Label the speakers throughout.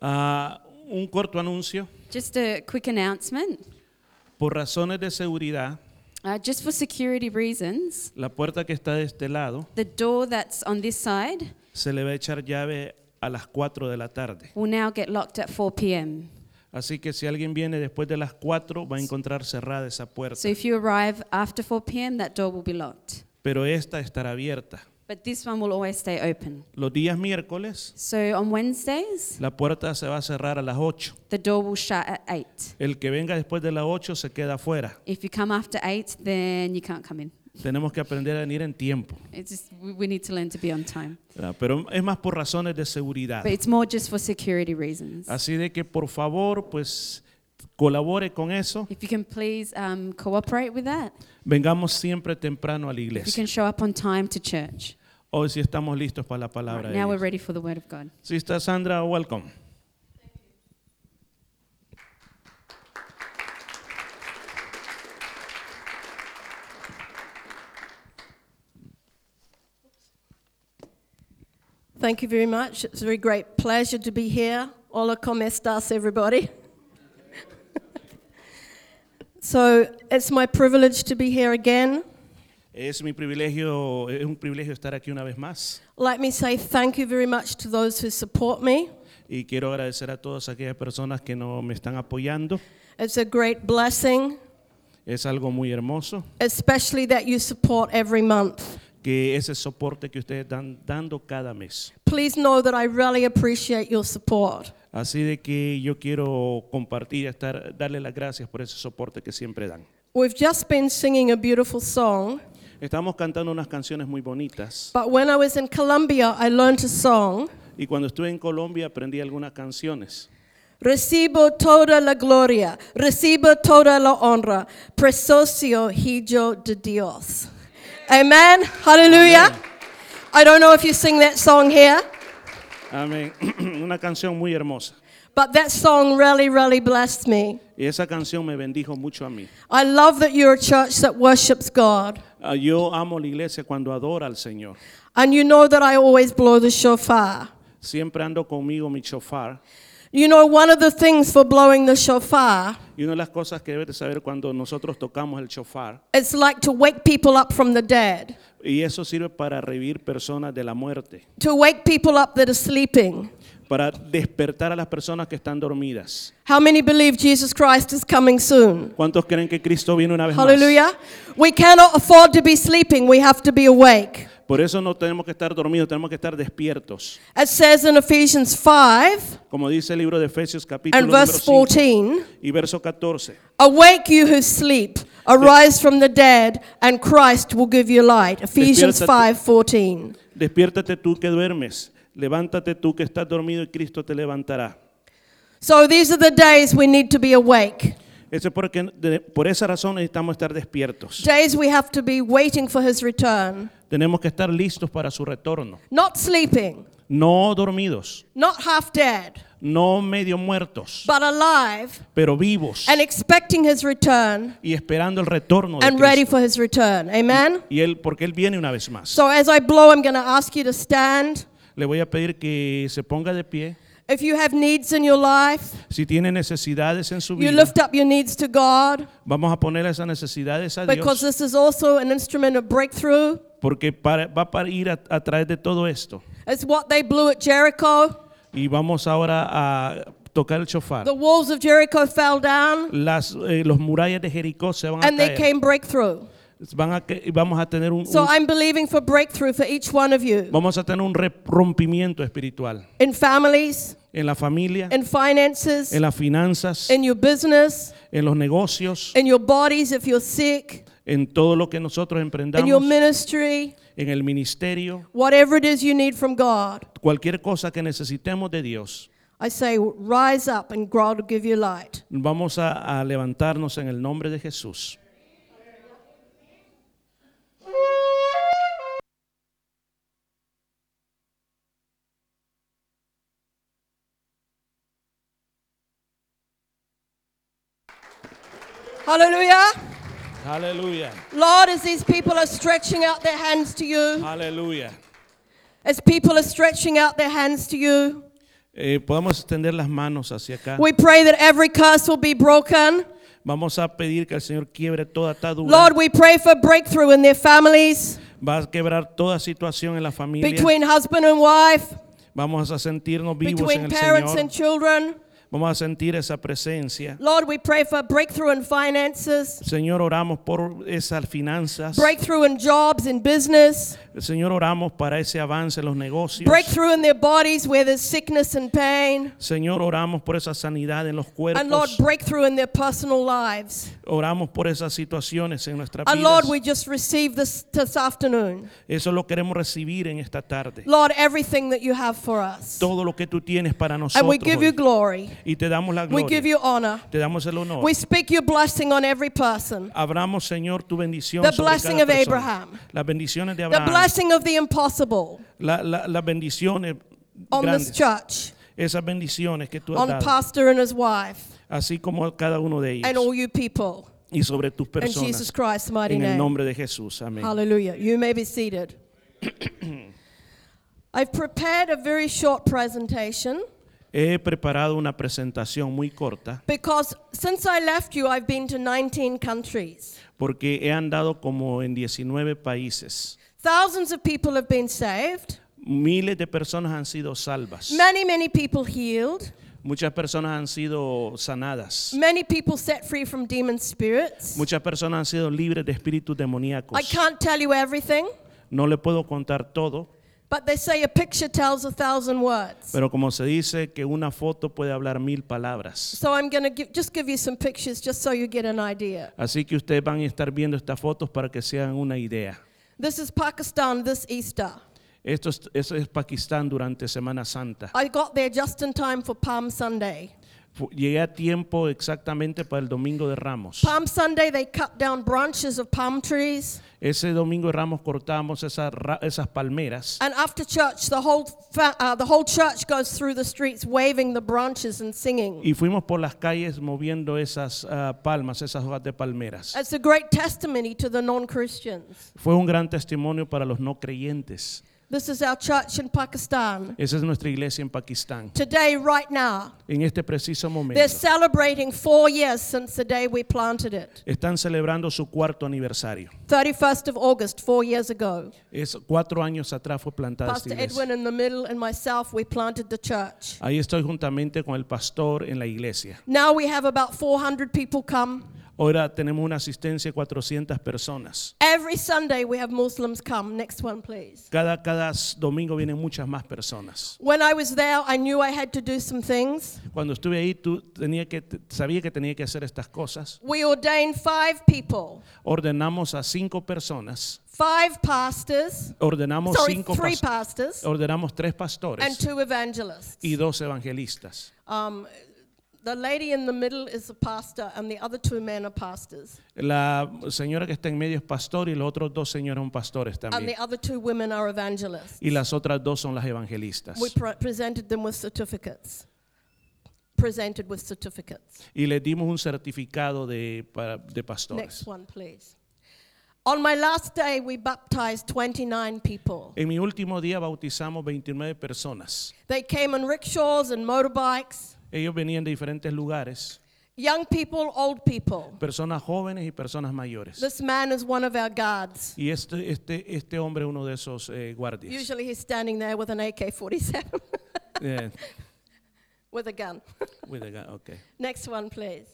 Speaker 1: Ah, un corto anuncio.
Speaker 2: Just a quick announcement.
Speaker 1: Por razones de seguridad,
Speaker 2: Uh, just for security reasons,
Speaker 1: la puerta que está de este lado
Speaker 2: the door that's on this side
Speaker 1: se le va a echar llave a las 4 de la tarde.
Speaker 2: will now get locked at 4 p.m.
Speaker 1: Así que si alguien viene después de las 4 va a encontrar cerrada esa
Speaker 2: So
Speaker 1: puerta.
Speaker 2: if you arrive after 4 p.m., that door will be locked.
Speaker 1: Pero esta estará abierta.
Speaker 2: But this one will always stay open.
Speaker 1: Los días miércoles
Speaker 2: So on Wednesdays,
Speaker 1: la puerta se va a cerrar a las 8.
Speaker 2: the door will shut at 8.
Speaker 1: El que venga después de las 8 se queda afuera.
Speaker 2: If you come after 8, then you can't come in.
Speaker 1: Tenemos que aprender a venir en tiempo.
Speaker 2: It's just, we we need to learn to be on time.
Speaker 1: ¿verdad? Pero es más por razones de seguridad.
Speaker 2: But it's more just for security reasons.
Speaker 1: Así de que por favor, pues colabore con eso.
Speaker 2: If you can please um, cooperate with that,
Speaker 1: Vengamos siempre temprano a la
Speaker 2: you
Speaker 1: iglesia.
Speaker 2: can show up on time to church.
Speaker 1: Hoy sí estamos listos para la palabra
Speaker 2: Right,
Speaker 1: de
Speaker 2: now we're
Speaker 1: Dios.
Speaker 2: ready for the word of God.
Speaker 1: Si está Sandra, welcome.
Speaker 3: Thank you very much. It's a very great pleasure to be here. Hola, ¿cómo estás, everybody? so it's my privilege to be here again.
Speaker 1: Es mi privilegio, es un privilegio estar aquí una vez más
Speaker 3: Let me say thank you very much to those who support me.
Speaker 1: y quiero agradecer a todas aquellas personas que no me están apoyando.
Speaker 3: It's a great blessing,
Speaker 1: Es algo muy hermoso
Speaker 3: especially that you support every month.
Speaker 1: que ese soporte que ustedes están dando cada mes.
Speaker 3: Please know that I really appreciate your support.
Speaker 1: Así de que yo quiero compartir, estar, darle las gracias por ese soporte que siempre dan.
Speaker 3: We've just been singing a beautiful song,
Speaker 1: Estamos cantando unas canciones muy bonitas
Speaker 3: but when I was in Colombia, I learned a song,
Speaker 1: y cuando estuve en Colombia aprendí algunas canciones.
Speaker 3: Recibo toda la gloria, recibo toda la honra, precioso hijo de Dios. Amen. Hallelujah. I don't know if you sing that song here,
Speaker 1: Amén. Una canción muy hermosa.
Speaker 3: but that song really, really blessed me.
Speaker 1: Y esa canción me bendijo mucho a mí.
Speaker 3: I love that you're a church that worships God.
Speaker 1: Ah, Yo amo la iglesia cuando adora al Señor.
Speaker 3: And you know that I always blow the shofar.
Speaker 1: Siempre ando conmigo mi chofar.
Speaker 3: You know, one of the things for blowing the shofar,
Speaker 1: Y una de las cosas que debes de saber cuando nosotros tocamos el chofar,
Speaker 3: it's like to wake people up from the dead,
Speaker 1: y eso sirve para revivir personas de la muerte,
Speaker 3: to wake people up that are sleeping.
Speaker 1: para despertar a las personas que están dormidas.
Speaker 3: How many believe Jesus Christ is coming soon?
Speaker 1: ¿Cuántos creen que Cristo viene una vez
Speaker 3: Hallelujah. We cannot afford to be sleeping, we have to be awake.
Speaker 1: más? Por eso no tenemos que estar dormidos, tenemos que estar despiertos.
Speaker 3: It says in Ephesians 5
Speaker 1: Como dice el libro de Efesios capítulo
Speaker 3: and
Speaker 1: número
Speaker 3: verse
Speaker 1: 5
Speaker 3: 14
Speaker 1: y verso 14.
Speaker 3: Awake, you who sleep, arise from the dead, and Christ will give you light. Ephesians
Speaker 1: Despiértate.
Speaker 3: 5 14.
Speaker 1: Despiértate tú que duermes, levántate tú que estás dormido y Cristo te levantará.
Speaker 3: So these are the days we need to be awake,
Speaker 1: Eso es porque de- por esa razón necesitamos estar despiertos.
Speaker 3: days we have to be waiting for his return,
Speaker 1: Tenemos que estar listos para su retorno,
Speaker 3: not sleeping,
Speaker 1: no dormidos,
Speaker 3: not half dead,
Speaker 1: no medio muertos,
Speaker 3: but alive
Speaker 1: pero vivos
Speaker 3: and expecting his return.
Speaker 1: y esperando el retorno de
Speaker 3: and ready
Speaker 1: Cristo.
Speaker 3: for his return. Amen.
Speaker 1: Y él porque él viene una vez más.
Speaker 3: So as I blow, I'm going to ask you to stand.
Speaker 1: Le voy a pedir que se ponga de pie.
Speaker 3: If you have needs in your life,
Speaker 1: Si tiene necesidades en su
Speaker 3: you
Speaker 1: vida,
Speaker 3: lift up your needs to God
Speaker 1: vamos a poner esas necesidades a
Speaker 3: because
Speaker 1: Dios,
Speaker 3: this is also an instrument of breakthrough.
Speaker 1: porque para- va a ir a, a través de todo esto.
Speaker 3: It's what they blew at Jericho.
Speaker 1: Y vamos ahora a tocar el chofar.
Speaker 3: The walls of Jericho fell down
Speaker 1: Las eh, los murallas de Jericó se van a
Speaker 3: and they
Speaker 1: caer.
Speaker 3: came breakthrough.
Speaker 1: Van a que- vamos a tener un,
Speaker 3: So
Speaker 1: un-
Speaker 3: I'm believing for breakthrough for each one of you
Speaker 1: vamos a tener un re- rompimiento espiritual
Speaker 3: in families,
Speaker 1: en la familia,
Speaker 3: in finances,
Speaker 1: en las finanzas,
Speaker 3: in your business,
Speaker 1: en los negocios,
Speaker 3: in your bodies if you're sick,
Speaker 1: en todo lo que nosotros
Speaker 3: in your
Speaker 1: emprendamos,
Speaker 3: ministry,
Speaker 1: en el ministerio,
Speaker 3: whatever it is you need from God.
Speaker 1: cualquier cosa que necesitemos de Dios.
Speaker 3: I say, rise up and God will give you light.
Speaker 1: Vamos a, a levantarnos en el nombre de Jesús.
Speaker 3: Hallelujah.
Speaker 1: Aleluya,
Speaker 3: Lord, as these people are stretching out their hands to you,
Speaker 1: aleluya.
Speaker 3: as people are stretching out their hands to you,
Speaker 1: Eh, podamos extender las manos hacia acá.
Speaker 3: We pray that every curse will be broken.
Speaker 1: Vamos a pedir que el Señor quiebre toda atadura.
Speaker 3: Lord, we pray for breakthrough in their families,
Speaker 1: Va a quebrar toda situación en la familia.
Speaker 3: between husband and wife,
Speaker 1: Vamos a sentirnos vivos en
Speaker 3: between
Speaker 1: el
Speaker 3: parents
Speaker 1: Señor.
Speaker 3: and children.
Speaker 1: Vamos a sentir esa presencia.
Speaker 3: Lord, we pray for breakthrough in finances,
Speaker 1: Señor, oramos por esas finanzas.
Speaker 3: breakthrough in jobs and business,
Speaker 1: Señor, oramos para ese avance en los negocios.
Speaker 3: breakthrough in their bodies where there's sickness and pain,
Speaker 1: Señor, oramos por esa sanidad en los
Speaker 3: and Lord,
Speaker 1: cuerpos.
Speaker 3: breakthrough in their personal lives.
Speaker 1: Oramos por esas situaciones en nuestras
Speaker 3: And Lord,
Speaker 1: vidas.
Speaker 3: we just receive this this afternoon.
Speaker 1: Eso lo queremos recibir en esta tarde.
Speaker 3: Lord, everything that you have for us.
Speaker 1: Todo lo que tú tienes para
Speaker 3: And
Speaker 1: nosotros.
Speaker 3: we give
Speaker 1: hoy.
Speaker 3: you glory.
Speaker 1: Y te damos la
Speaker 3: We give
Speaker 1: gloria.
Speaker 3: you honor.
Speaker 1: Te damos el honor.
Speaker 3: We speak your blessing on every person.
Speaker 1: Abramos, Señor, tu bendición
Speaker 3: The
Speaker 1: sobre
Speaker 3: blessing
Speaker 1: cada
Speaker 3: of
Speaker 1: persona.
Speaker 3: Abraham.
Speaker 1: Las bendiciones de
Speaker 3: The
Speaker 1: Abraham.
Speaker 3: blessing of the impossible
Speaker 1: La- la- las bendiciones
Speaker 3: on
Speaker 1: grandes.
Speaker 3: this church,
Speaker 1: Esas bendiciones que tú has
Speaker 3: on
Speaker 1: dado.
Speaker 3: Pastor and his wife,
Speaker 1: Así como a cada uno de ellos.
Speaker 3: and all you people.
Speaker 1: y sobre tus
Speaker 3: In Jesus
Speaker 1: personas.
Speaker 3: Christ's mighty
Speaker 1: En el
Speaker 3: name.
Speaker 1: nombre de Jesús. Amén.
Speaker 3: Hallelujah. You may be seated. I've prepared a very short presentation
Speaker 1: He preparado una presentación muy corta
Speaker 3: because since I left you, I've been to 19 countries.
Speaker 1: porque he andado como en 19 países.
Speaker 3: Thousands of people have been saved,
Speaker 1: Miles de personas han sido salvas.
Speaker 3: many, many people healed,
Speaker 1: Muchas personas han sido sanadas.
Speaker 3: many people set free from demon spirits.
Speaker 1: Muchas personas han sido libres de espíritus demoníacos.
Speaker 3: I can't tell you everything,
Speaker 1: No le puedo contar todo,
Speaker 3: but they say a picture tells a thousand words.
Speaker 1: pero como se dice que una foto puede hablar mil palabras.
Speaker 3: So I'm going to just give you some pictures just so you get an idea.
Speaker 1: Así que ustedes van a estar viendo estas fotos para que se hagan una idea.
Speaker 3: This is Pakistan this Easter.
Speaker 1: Esto es, eso es Pakistán durante Semana Santa.
Speaker 3: I got there just in time for Palm Sunday.
Speaker 1: Fu- Llegué a tiempo exactamente para el Domingo de Ramos.
Speaker 3: Palm Sunday, they cut down branches of palm trees.
Speaker 1: Ese Domingo de Ramos cortamos esas, ra- esas palmeras
Speaker 3: And after church, the whole, fa- uh, the whole church goes through the streets waving the branches and singing.
Speaker 1: y fuimos por las calles moviendo esas ah, palmas, esas hojas de palmeras.
Speaker 3: It's a great testimony to the non Christians.
Speaker 1: Fue un gran testimonio para los no creyentes.
Speaker 3: This is our church in Pakistan.
Speaker 1: Esa es nuestra iglesia en Pakistán.
Speaker 3: Today, right now,
Speaker 1: En este preciso
Speaker 3: they're
Speaker 1: momento
Speaker 3: celebrating four years since the day we planted it.
Speaker 1: están celebrando su cuarto aniversario.
Speaker 3: 31st of August, four years ago.
Speaker 1: Es cuatro años atrás fue plantada esta
Speaker 3: Pastor
Speaker 1: iglesia.
Speaker 3: Edwin in the middle and myself, we planted the church.
Speaker 1: Ahí estoy juntamente con el pastor en la iglesia.
Speaker 3: Now we have about 400 people come.
Speaker 1: Ahora tenemos una asistencia de 400 personas.
Speaker 3: Every Sunday we have Muslims come. Next one, please.
Speaker 1: Cada, cada s- domingo vienen muchas más personas.
Speaker 3: When I was there, I knew I had to do some things.
Speaker 1: Cuando estuve ahí, tú tenía que, te- sabía que tenía que hacer estas cosas.
Speaker 3: We ordained five people,
Speaker 1: Ordenamos a cinco personas.
Speaker 3: five pastors,
Speaker 1: Ordenamos
Speaker 3: sorry,
Speaker 1: cinco
Speaker 3: three
Speaker 1: pas-
Speaker 3: pastors,
Speaker 1: Ordenamos tres
Speaker 3: and
Speaker 1: pastores
Speaker 3: two evangelists.
Speaker 1: y dos evangelistas.
Speaker 3: Um, the lady in the middle is a pastor, and the other two men are pastors,
Speaker 1: La señora que está en medio es pastor y los otros dos señores son pastores
Speaker 3: and
Speaker 1: también.
Speaker 3: the other two women are evangelists.
Speaker 1: Y las otras dos son las evangelistas.
Speaker 3: We pre- presented them with certificates. Presented with certificates.
Speaker 1: Y les dimos un certificado de, para- de
Speaker 3: Next
Speaker 1: pastores.
Speaker 3: one, please. On my last day, we baptized 29 people.
Speaker 1: En mi último día bautizamos 29 personas.
Speaker 3: They came on rickshaws and motorbikes,
Speaker 1: Ellos venían de diferentes lugares.
Speaker 3: young people, old people.
Speaker 1: personas jóvenes y personas mayores.
Speaker 3: This man is one of our guards.
Speaker 1: Y este, este, este hombre es uno de esos eh, guardias.
Speaker 3: Usually he's standing there with an AK 47
Speaker 1: Eh,
Speaker 3: with a gun.
Speaker 1: with a gun, okay.
Speaker 3: Next one, please.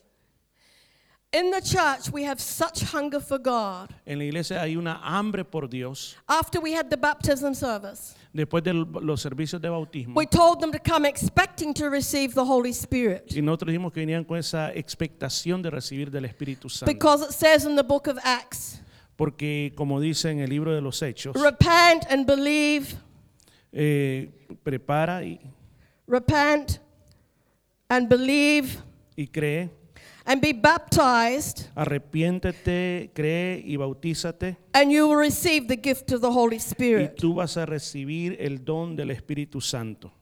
Speaker 3: In the church, we have such hunger for God.
Speaker 1: En la iglesia hay una hambre por Dios.
Speaker 3: After we had the baptism service,
Speaker 1: Después de los servicios de bautismo,
Speaker 3: we told them to come expecting to receive the Holy Spirit
Speaker 1: y nosotros dijimos que venían con esa expectación de recibir del Espíritu Santo.
Speaker 3: because it says in the book of Acts,
Speaker 1: Porque, como dice en el libro de los Hechos,
Speaker 3: Repent and believe.
Speaker 1: eh, prepara y,
Speaker 3: Repent and believe
Speaker 1: y cree,
Speaker 3: and be baptized,
Speaker 1: arrepiéntete, cree y bautízate,
Speaker 3: and you will receive the gift of the Holy
Speaker 1: y
Speaker 3: Spirit.
Speaker 1: tú vas a recibir el don del Espíritu Santo.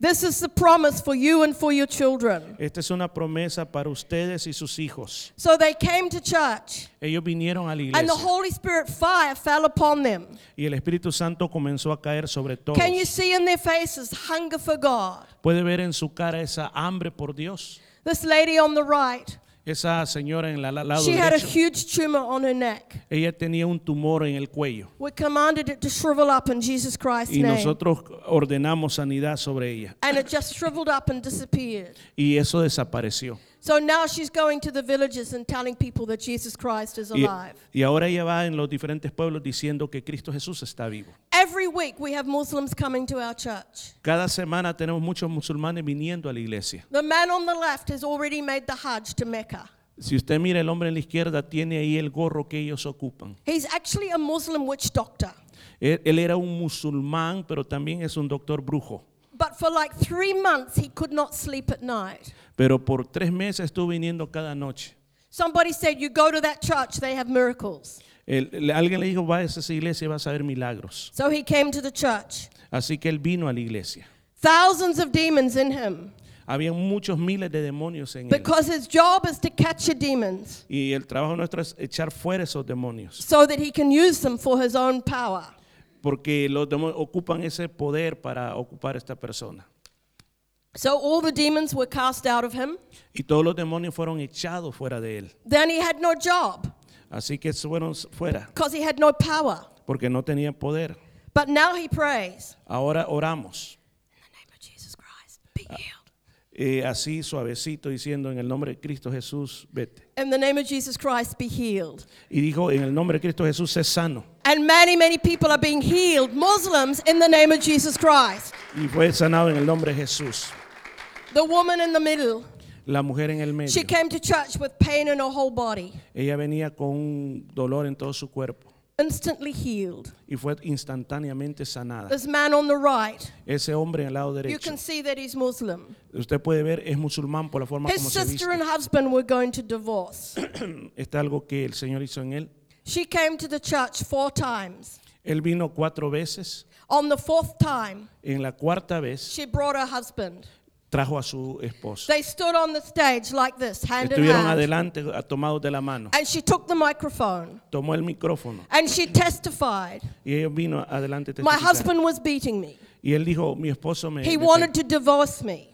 Speaker 3: This is the promise for you and for your children.
Speaker 1: Esta es una promesa para ustedes y sus hijos.
Speaker 3: So they came to church,
Speaker 1: Ellos vinieron a la
Speaker 3: and the
Speaker 1: iglesia
Speaker 3: Holy Spirit fire fell upon them.
Speaker 1: y el Espíritu Santo comenzó a caer sobre todos.
Speaker 3: Can you see in their faces hunger for God?
Speaker 1: Puede ver en su cara esa hambre por Dios.
Speaker 3: This lady on the right,
Speaker 1: Esa señora en la la- lado
Speaker 3: she had a
Speaker 1: derecho,
Speaker 3: huge tumor on her neck.
Speaker 1: ella tenía un tumor en el cuello
Speaker 3: We commanded it to shrivel up in Jesus Christ's
Speaker 1: y
Speaker 3: name.
Speaker 1: nosotros ordenamos sanidad sobre ella
Speaker 3: And it just shriveled up and disappeared.
Speaker 1: y eso desapareció.
Speaker 3: So now she's going to the villages and telling people that Jesus Christ is
Speaker 1: Y,
Speaker 3: alive.
Speaker 1: y ahora ella va en los diferentes pueblos diciendo que Cristo Jesús está vivo.
Speaker 3: Every week we have Muslims coming to our church.
Speaker 1: Cada semana tenemos muchos musulmanes viniendo a la iglesia.
Speaker 3: The man on the left has already made the Hajj to Mecca.
Speaker 1: Si usted mira el hombre en la izquierda, tiene ahí el gorro que ellos ocupan.
Speaker 3: He's actually a Muslim witch doctor.
Speaker 1: Él, él era un musulmán, pero también es un doctor brujo.
Speaker 3: But for like three months, he could not sleep at night.
Speaker 1: Pero por tres meses estuvo viniendo cada noche.
Speaker 3: Somebody said, You go to that church, they have miracles.
Speaker 1: Él- le- alguien le dijo, va a esa iglesia y vas a ver milagros.
Speaker 3: So he came to the church.
Speaker 1: Así que él vino a la iglesia.
Speaker 3: Thousands of demons in him
Speaker 1: Había muchos miles de demonios en él.
Speaker 3: because his job is to capture demons
Speaker 1: Y el trabajo nuestro es echar fuera esos demonios.
Speaker 3: so that he can use them for his own power.
Speaker 1: Porque los demonios ocupan ese poder para ocupar a esta persona.
Speaker 3: So all the demons were cast out of him.
Speaker 1: Y todos los demonios fueron echados fuera de él.
Speaker 3: Then he had no job
Speaker 1: Así que fueron fuera
Speaker 3: because he had no power.
Speaker 1: porque no tenían poder.
Speaker 3: But now he prays.
Speaker 1: Ahora oramos.
Speaker 3: In the name of Jesus Christ, be healed.
Speaker 1: eh, así suavecito diciendo en el nombre de Cristo Jesús, vete.
Speaker 3: In the name of Jesus Christ, be healed.
Speaker 1: Y dijo, en el nombre de Cristo Jesús, sé sano.
Speaker 3: And many, many people are being healed, Muslims, in the name of Jesus Christ.
Speaker 1: Y fue sanado en el nombre de Jesús.
Speaker 3: The woman in the middle,
Speaker 1: La mujer en el medio.
Speaker 3: she came to church with pain in her whole body,
Speaker 1: Ella venía con un dolor en todo su cuerpo
Speaker 3: instantly healed.
Speaker 1: y fue instantáneamente sanada.
Speaker 3: This man on the right,
Speaker 1: Ese hombre en el lado
Speaker 3: Pues, you
Speaker 1: derecho,
Speaker 3: can see that he's Muslim.
Speaker 1: usted puede ver, es musulmán por la forma como
Speaker 3: His
Speaker 1: se
Speaker 3: sister
Speaker 1: viste.
Speaker 3: and husband were going to divorce.
Speaker 1: Está algo que el Señor hizo en él.
Speaker 3: She came to the church four times.
Speaker 1: Él vino cuatro veces.
Speaker 3: On the fourth time,
Speaker 1: En la cuarta vez
Speaker 3: she brought her husband.
Speaker 1: trajo a su esposo.
Speaker 3: They stood on the stage like this, hand in
Speaker 1: Estuvieron
Speaker 3: hand.
Speaker 1: adelante a- tomados de la mano.
Speaker 3: And she took the microphone
Speaker 1: Tomó el micrófono
Speaker 3: and she testified.
Speaker 1: y ella vino adelante. a
Speaker 3: My
Speaker 1: testificar.
Speaker 3: husband was beating me.
Speaker 1: Y él dijo, mi esposo me...
Speaker 3: He
Speaker 1: me
Speaker 3: wanted to divorce me.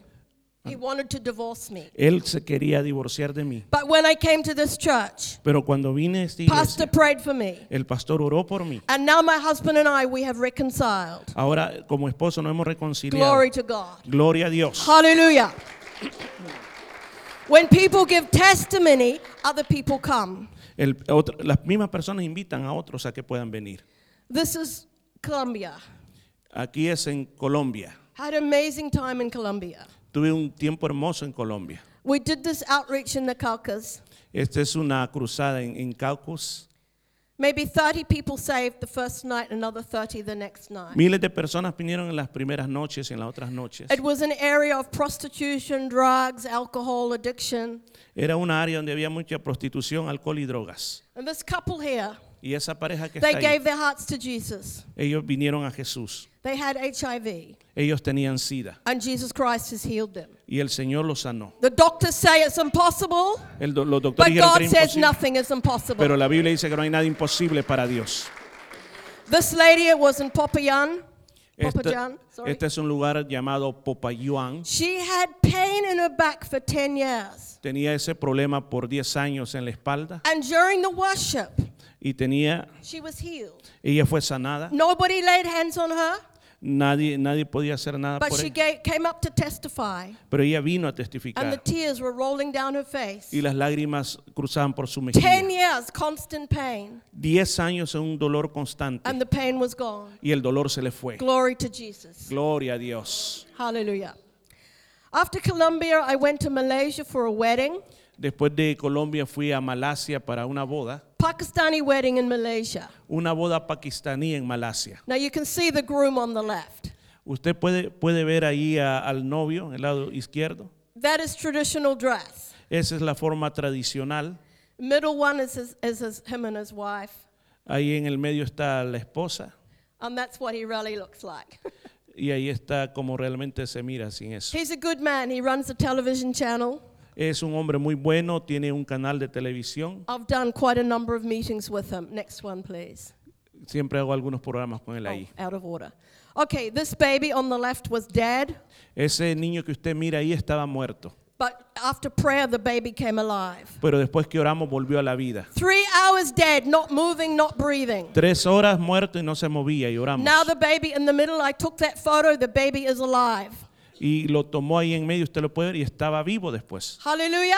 Speaker 3: He wanted to divorce me.
Speaker 1: pegó. él se quería divorciar de mí.
Speaker 3: But when I came to this church,
Speaker 1: Pero cuando vine a esta
Speaker 3: Pastor
Speaker 1: iglesia,
Speaker 3: prayed for me.
Speaker 1: el pastor oró por mí.
Speaker 3: And now my husband and I, we have reconciled.
Speaker 1: Ahora, como esposo, nos hemos reconciliado.
Speaker 3: Glory to God.
Speaker 1: Gloria a Dios.
Speaker 3: Hallelujah. When people give testimony, other people come.
Speaker 1: El- otra- las mismas personas invitan a otros a que puedan venir.
Speaker 3: This is Colombia.
Speaker 1: Aquí es en Colombia.
Speaker 3: Had an amazing time in Colombia.
Speaker 1: Tuve un tiempo hermoso en Colombia.
Speaker 3: We did this outreach in the Caucasus.
Speaker 1: Esta es una cruzada en, en Caucus.
Speaker 3: Maybe 30 people saved the first night, another 30 the next night.
Speaker 1: Miles de personas vinieron en las primeras noches y en las otras noches.
Speaker 3: It was an area of prostitution, drugs, alcohol, addiction.
Speaker 1: Era una área donde había mucha prostitución, alcohol y drogas.
Speaker 3: And this couple here,
Speaker 1: Y esa pareja que
Speaker 3: they
Speaker 1: está ahí,
Speaker 3: gave their hearts to Jesus.
Speaker 1: ellos vinieron a Jesús.
Speaker 3: They had HIV,
Speaker 1: Ellos tenían sida
Speaker 3: and Jesus Christ has healed them.
Speaker 1: y el Señor los sanó.
Speaker 3: The doctors say it's impossible,
Speaker 1: El do- los doctores
Speaker 3: but
Speaker 1: dijeron que
Speaker 3: God
Speaker 1: era
Speaker 3: says
Speaker 1: imposible,
Speaker 3: nothing is
Speaker 1: pero
Speaker 3: impossible.
Speaker 1: la Biblia dice que no hay nada imposible para Dios.
Speaker 3: This lady was in Popayan.
Speaker 1: Este,
Speaker 3: Popayan, sorry.
Speaker 1: este es un lugar llamado Popayán.
Speaker 3: She had pain in her back for 10 years.
Speaker 1: Tenía ese problema por 10 años en la espalda
Speaker 3: And during the worship,
Speaker 1: y tenía,
Speaker 3: she was healed.
Speaker 1: ella fue sanada.
Speaker 3: Nobody laid hands on her,
Speaker 1: Nadie, nadie podía hacer nada
Speaker 3: but
Speaker 1: Ah, por
Speaker 3: she
Speaker 1: ella.
Speaker 3: ga- came up to testify,
Speaker 1: Pero ella vino a
Speaker 3: and the
Speaker 1: testificar
Speaker 3: tears were rolling down her face.
Speaker 1: y las lágrimas cruzaban por su mejilla.
Speaker 3: 10 years constant pain
Speaker 1: 10 años en un dolor constante
Speaker 3: and the pain was gone
Speaker 1: y el dolor se le fue.
Speaker 3: glory to jesus
Speaker 1: Gloria a Dios.
Speaker 3: hallelujah after colombia i went to malaysia for a wedding
Speaker 1: Después de Colombia fui a Malasia para una boda,
Speaker 3: pakistani wedding in malaysia
Speaker 1: una boda pakistaní en Malasia.
Speaker 3: now you can see the groom on the left
Speaker 1: Usted puede, puede ver ahí a- al novio, en el lado izquierdo.
Speaker 3: that is traditional dress
Speaker 1: Esa es la forma tradicional.
Speaker 3: middle one is, his, is his, him and his wife
Speaker 1: Ahí en el medio está la esposa
Speaker 3: Um, and that's what he really looks like
Speaker 1: Y ahí está como realmente se mira sin eso.
Speaker 3: He's a good man. He runs a television channel.
Speaker 1: Es un hombre muy bueno, tiene un canal de televisión.
Speaker 3: I've done quite a number of meetings with him. Next one, please. Oh,
Speaker 1: Siempre hago algunos programas con él ahí.
Speaker 3: Out of order. Okay, this baby on the left was dead,
Speaker 1: Ese niño que usted mira ahí estaba muerto,
Speaker 3: but after prayer, the baby came alive.
Speaker 1: pero después que oramos volvió a la vida.
Speaker 3: Three hours dead, not moving, not breathing.
Speaker 1: Tres horas muerto y no se movía y oramos.
Speaker 3: Now the baby in the middle, I took that photo, the baby is alive.
Speaker 1: Y lo tomó ahí en medio, usted lo puede ver, y estaba vivo después.
Speaker 3: Hallelujah.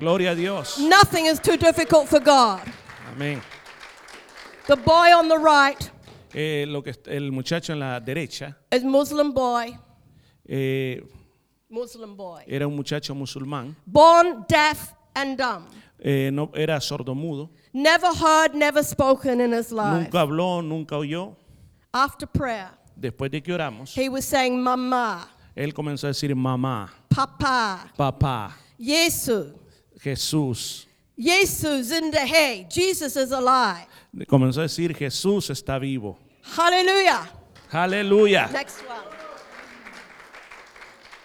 Speaker 1: Gloria a Dios.
Speaker 3: Nothing is too difficult for God.
Speaker 1: Amén.
Speaker 3: The boy on the right
Speaker 1: Eh, lo que est- el muchacho en la derecha
Speaker 3: is Muslim boy,
Speaker 1: eh,
Speaker 3: Muslim boy,
Speaker 1: era un muchacho musulmán,
Speaker 3: born deaf and dumb,
Speaker 1: eh, no, era sordomudo,
Speaker 3: never heard, never spoken in his life.
Speaker 1: nunca habló, nunca oyó.
Speaker 3: After prayer,
Speaker 1: Después de que oramos,
Speaker 3: he was saying, "Mama,
Speaker 1: él comenzó a decir mamá,
Speaker 3: Papa,
Speaker 1: papá,
Speaker 3: Jesus,
Speaker 1: Jesús.
Speaker 3: Jesus in the hay, Jesus is alive."
Speaker 1: Comenzó a decir Jesús está vivo.
Speaker 3: Hallelujah.
Speaker 1: Aleluya.
Speaker 3: Next one.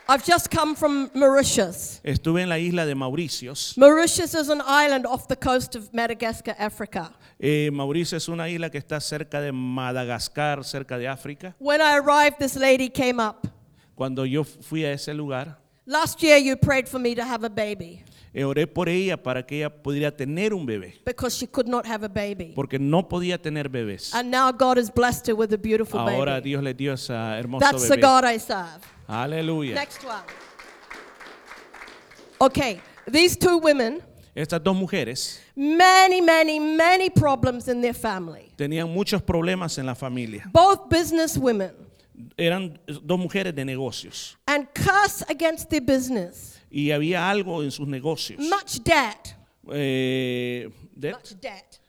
Speaker 3: I've just come from Mauritius.
Speaker 1: Estuve en la isla de Mauricios.
Speaker 3: Mauritius is an island off the coast of Madagascar, Africa.
Speaker 1: Eh, Mauricio es una isla que está cerca de Madagascar, cerca de África.
Speaker 3: When I arrived, this lady came up.
Speaker 1: Cuando yo fui a ese lugar,
Speaker 3: Last year, you prayed for me to have a baby
Speaker 1: eh, oré por ella para que ella pudiera tener un bebé,
Speaker 3: because she could not have a baby.
Speaker 1: porque no podía tener bebés.
Speaker 3: And now God has blessed her with a beautiful
Speaker 1: Ahora
Speaker 3: baby.
Speaker 1: Dios le dio esa hermosa
Speaker 3: That's the
Speaker 1: bebé.
Speaker 3: God I serve.
Speaker 1: Aleluya.
Speaker 3: Next one. Okay, these two women,
Speaker 1: Estas dos mujeres
Speaker 3: many, many, many problems in their family.
Speaker 1: tenían muchos problemas en la familia.
Speaker 3: Both business women
Speaker 1: Eran dos mujeres de negocios
Speaker 3: and curse against their business.
Speaker 1: y había algo en sus negocios.
Speaker 3: Much debt.
Speaker 1: Eh, de-
Speaker 3: Much debt.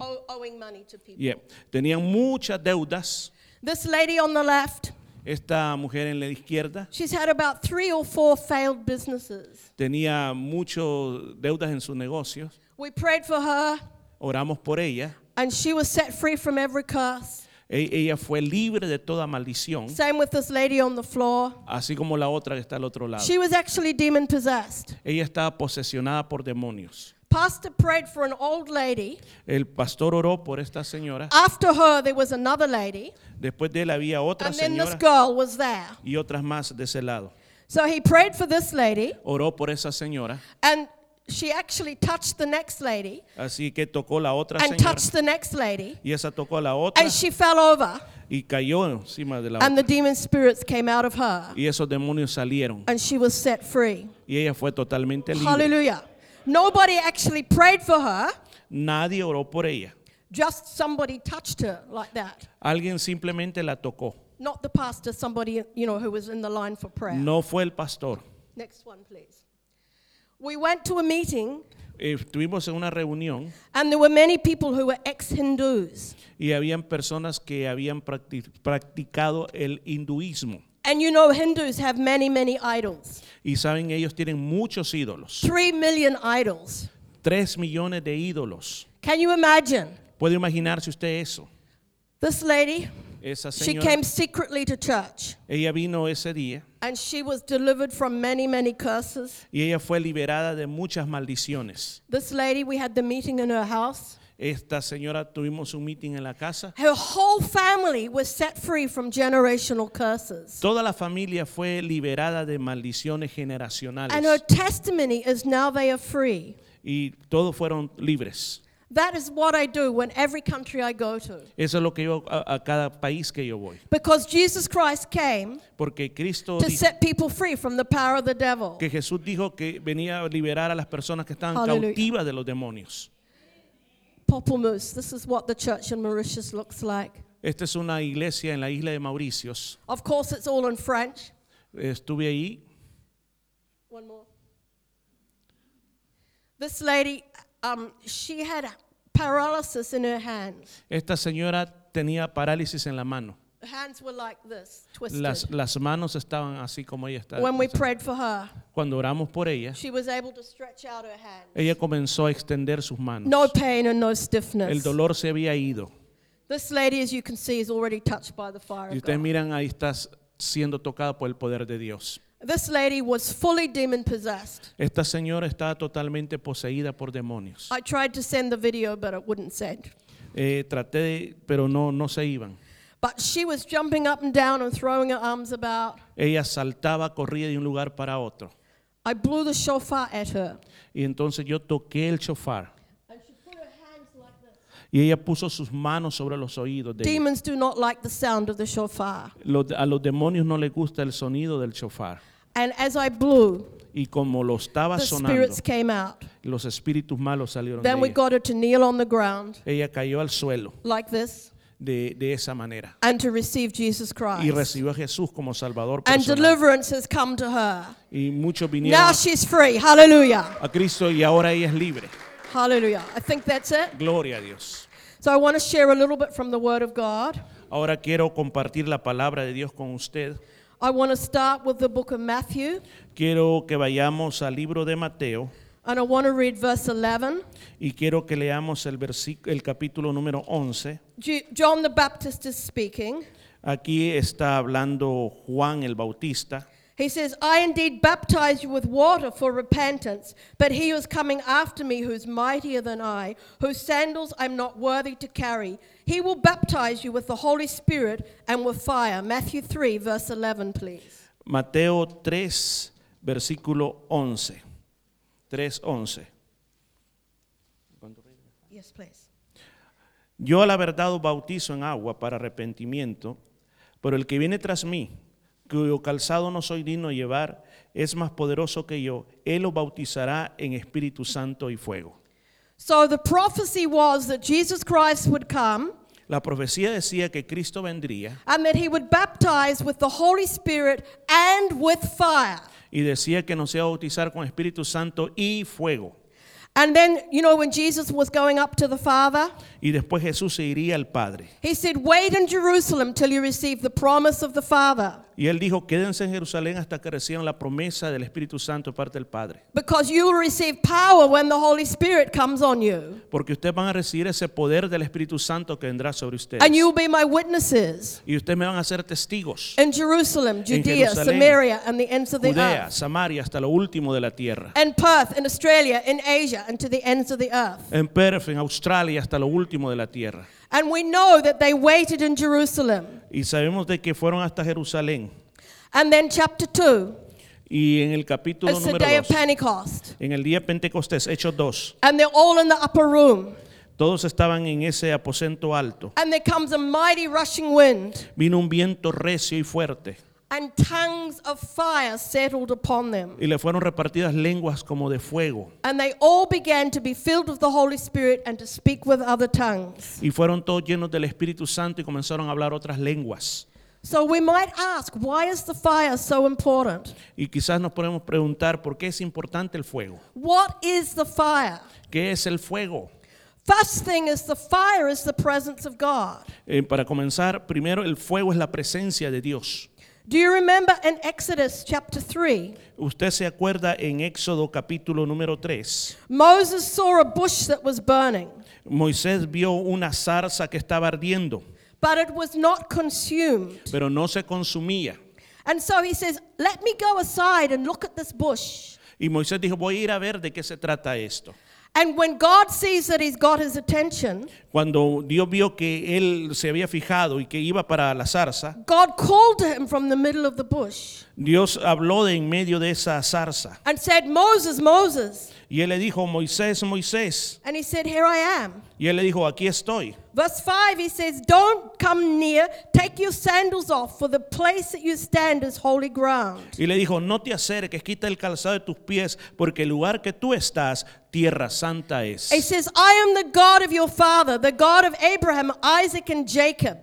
Speaker 3: Ow- owing money to people.
Speaker 1: yeah. Tenían muchas deudas.
Speaker 3: This lady on the left,
Speaker 1: Esta mujer en la izquierda
Speaker 3: she's had about three or four failed businesses.
Speaker 1: tenía muchas deudas en sus negocios.
Speaker 3: We prayed for her,
Speaker 1: Oramos por ella.
Speaker 3: and she was set free from every curse.
Speaker 1: E- ella fue libre de toda maldición,
Speaker 3: Same with this lady on the floor.
Speaker 1: así como la otra que está al otro lado.
Speaker 3: She was actually demon possessed.
Speaker 1: Ella estaba posesionada por demonios.
Speaker 3: Pastor prayed for an old lady.
Speaker 1: El pastor oró por esta señora.
Speaker 3: After her, there was another lady,
Speaker 1: Después de él había otra
Speaker 3: and then this
Speaker 1: señora
Speaker 3: girl was there.
Speaker 1: y otras más de ese lado.
Speaker 3: So he prayed for this lady,
Speaker 1: Oró por esa señora,
Speaker 3: and she actually touched the next lady,
Speaker 1: así que tocó la otra
Speaker 3: and
Speaker 1: señora
Speaker 3: touched the next lady,
Speaker 1: y esa tocó a la otra
Speaker 3: and she fell over,
Speaker 1: y cayó encima de la otra.
Speaker 3: and the demon spirits came out of her.
Speaker 1: Y esos demonios salieron
Speaker 3: and she was set free.
Speaker 1: y ella fue totalmente libre.
Speaker 3: Hallelujah. Nobody actually prayed for her,
Speaker 1: Nadie oró por ella.
Speaker 3: just somebody touched her like that.
Speaker 1: Alguien simplemente la tocó.
Speaker 3: Not the pastor, somebody you know who was in the line for prayer.
Speaker 1: No fue el pastor.
Speaker 3: Next one, please. We went to a meeting
Speaker 1: Eh, Estuvimos en una reunión
Speaker 3: and there were many people who were ex-Hindus.
Speaker 1: y habían personas que habían practi- practicado el hinduismo.
Speaker 3: And you know Hindus have many, many idols.
Speaker 1: Y saben, ellos tienen muchos ídolos.
Speaker 3: Three million idols.
Speaker 1: Tres millones de ídolos.
Speaker 3: Can you imagine?
Speaker 1: ¿Puede imaginarse usted eso?
Speaker 3: This lady,
Speaker 1: Esa
Speaker 3: she
Speaker 1: señora,
Speaker 3: came secretly to church
Speaker 1: ella vino ese día
Speaker 3: and she was delivered from many, many curses.
Speaker 1: y ella fue liberada de muchas maldiciones.
Speaker 3: This lady, we had the meeting in her house.
Speaker 1: Esta señora tuvimos un meeting en la casa.
Speaker 3: Her whole family was set free from generational curses.
Speaker 1: Toda la familia fue liberada de maldiciones
Speaker 3: And her
Speaker 1: generacionales
Speaker 3: testimony is now they are free.
Speaker 1: y todos fueron libres.
Speaker 3: That is what I do when every country I go to.
Speaker 1: Eso es lo que yo a, a cada país que yo voy,
Speaker 3: Because Jesus Christ came
Speaker 1: porque Cristo
Speaker 3: to
Speaker 1: dijo-
Speaker 3: set people free from the power of the devil.
Speaker 1: que Jesús dijo que venía a liberar a las personas que estaban
Speaker 3: Aleluya.
Speaker 1: cautivas de los demonios.
Speaker 3: Populmus, this is what the church in Mauritius looks like.
Speaker 1: Esta es una iglesia en la isla de Mauricios.
Speaker 3: Of course, it's all in French.
Speaker 1: Estuve ahí.
Speaker 3: One more. This lady, um, she had paralysis in her hands.
Speaker 1: Esta señora tenía parálisis en la mano.
Speaker 3: Her hands were like this, twisted.
Speaker 1: Las, las manos estaban así como ella está.
Speaker 3: Este- when we prayed for her,
Speaker 1: Cuando oramos por ella,
Speaker 3: she was able to stretch out her hand.
Speaker 1: ella comenzó a extender sus manos.
Speaker 3: No pain and no
Speaker 1: El
Speaker 3: stiffness.
Speaker 1: dolor se había ido.
Speaker 3: This lady, as you can see, is already touched by the fire
Speaker 1: Y
Speaker 3: of
Speaker 1: ustedes
Speaker 3: God.
Speaker 1: miran, ahí estás siendo tocada por el poder de Dios.
Speaker 3: This lady was fully demon possessed.
Speaker 1: Esta señora está totalmente poseída por demonios.
Speaker 3: I tried to send the video, but it wouldn't send.
Speaker 1: Eh, traté, de- pero no, no se iban.
Speaker 3: But she was jumping up and down and throwing her arms about.
Speaker 1: Ella saltaba, corría de un lugar para otro.
Speaker 3: I blew the shofar at her.
Speaker 1: Y entonces yo toqué el shofar. Y ella puso sus manos sobre los oídos de ella.
Speaker 3: Demons do not like the sound of the shofar.
Speaker 1: Los- a los demonios no les gusta el sonido del shofar.
Speaker 3: And as I blew,
Speaker 1: Y como lo estaba
Speaker 3: the
Speaker 1: sonando,
Speaker 3: spirits came out.
Speaker 1: los espíritus malos salieron de
Speaker 3: Then we
Speaker 1: ella.
Speaker 3: got her to kneel on the ground
Speaker 1: Ella cayó al suelo
Speaker 3: like this
Speaker 1: de, de esa manera
Speaker 3: and to receive Jesus
Speaker 1: y
Speaker 3: Christ.
Speaker 1: recibió a Jesús como Salvador
Speaker 3: And
Speaker 1: personal.
Speaker 3: deliverance has come to her.
Speaker 1: Y muchos vinieron
Speaker 3: Now she's free. Hallelujah.
Speaker 1: a Cristo y ahora ella es libre.
Speaker 3: Hallelujah. I think that's it.
Speaker 1: Gloria a Dios.
Speaker 3: So I want to share a little bit from the Word of God.
Speaker 1: Ahora quiero compartir la palabra de Dios con usted.
Speaker 3: I want to start with the book of Matthew,
Speaker 1: Quiero que vayamos al libro de Mateo
Speaker 3: and I want to read verse 11.
Speaker 1: y quiero que leamos el, versi- el capítulo número 11.
Speaker 3: Ju- John the Baptist is speaking.
Speaker 1: Aquí está hablando Juan el Bautista.
Speaker 3: He says, I indeed baptize you with water for repentance, but he who is coming after me, who is mightier than I, whose sandals I'm not worthy to carry, he will baptize you with the Holy Spirit and with fire. Matthew 3, verse 11, please.
Speaker 1: Mateo 3, versículo 11. 3, 11.
Speaker 3: Yes, please.
Speaker 1: Yo a la verdad os bautizo en agua para arrepentimiento, pero el que viene tras mí, cuyo calzado no soy digno de llevar, es más poderoso que yo. Él os bautizará en Espíritu Santo y fuego.
Speaker 3: So the prophecy was that Jesus Christ would come
Speaker 1: La profecía decía que Cristo vendría
Speaker 3: and that he would baptize with the Holy Spirit and with fire.
Speaker 1: y decía que nos iba a bautizar con Espíritu Santo y fuego.
Speaker 3: And then, you know, when Jesus was going up to the Father,
Speaker 1: Y después Jesús se iría al Padre.
Speaker 3: He said, Wait in Jerusalem till you receive the promise of the Father,
Speaker 1: Y él dijo, quédense en Jerusalén hasta que reciban la promesa del Espíritu Santo de parte del Padre.
Speaker 3: because you will receive power when the Holy Spirit comes on you,
Speaker 1: Porque ustedes van a recibir ese poder del Espíritu Santo que vendrá sobre ustedes.
Speaker 3: and you will be my witnesses
Speaker 1: Y ustedes me van a ser testigos.
Speaker 3: in Jerusalem, Judea,
Speaker 1: Jerusalén,
Speaker 3: Samaria, and the ends of the
Speaker 1: Judea,
Speaker 3: earth,
Speaker 1: Samaria, hasta lo último de la tierra.
Speaker 3: and Perth, in Australia, in Asia, and to the ends of the earth.
Speaker 1: En Perth, en Australia, hasta lo último de la tierra.
Speaker 3: And we know that they waited in Jerusalem.
Speaker 1: Y sabemos de que fueron hasta Jerusalén.
Speaker 3: And then, chapter 2,
Speaker 1: Y en el capítulo
Speaker 3: it's the
Speaker 1: número
Speaker 3: day of
Speaker 1: 2,
Speaker 3: Pentecost.
Speaker 1: en el día de Pentecostés, Hechos 2,
Speaker 3: And they're all in the upper room.
Speaker 1: todos estaban en ese aposento alto.
Speaker 3: And there comes a mighty rushing wind,
Speaker 1: Vino un viento recio y fuerte.
Speaker 3: and tongues of fire settled upon them.
Speaker 1: Y le fueron repartidas lenguas como de fuego.
Speaker 3: And they all began to be filled with the Holy Spirit and to speak with other tongues.
Speaker 1: Y fueron todos llenos del Espíritu Santo y comenzaron a hablar otras lenguas.
Speaker 3: So we might ask, why is the fire so important?
Speaker 1: Y quizás nos podemos preguntar por qué es importante el fuego.
Speaker 3: What is the fire?
Speaker 1: ¿Qué es el fuego?
Speaker 3: First thing is the fire is the presence of God.
Speaker 1: Eh, para comenzar, primero el fuego es la presencia de Dios.
Speaker 3: Do you remember in Exodus chapter 3,
Speaker 1: Usted se acuerda en Éxodo capítulo número 3,
Speaker 3: Moses saw a bush that was burning,
Speaker 1: Moisés vio una zarza que estaba ardiendo,
Speaker 3: but it was not consumed.
Speaker 1: pero no se consumía.
Speaker 3: And so he says, Let me go aside and look at this bush.
Speaker 1: Y Moisés dijo, voy a ir a ver de qué se trata esto.
Speaker 3: And when God sees that he's got his attention,
Speaker 1: Cuando Dios vio que él se había fijado y que iba para la zarza,
Speaker 3: God called to him from the middle of the bush.
Speaker 1: Dios habló de en medio de esa zarza.
Speaker 3: and said, Moses, Moses.
Speaker 1: Y él le dijo, Moisés, Moisés.
Speaker 3: And he said, Here I am.
Speaker 1: Y él le dijo, aquí estoy.
Speaker 3: Verse 5, he says, Don't come near, take your sandals off, for the place that you stand is holy ground.
Speaker 1: Y le dijo, no te acerques, quita el calzado de tus pies, porque el lugar que tú estás, tierra santa
Speaker 3: He
Speaker 1: es.
Speaker 3: says, I am the God of your father, the God of Abraham, Isaac, and Jacob.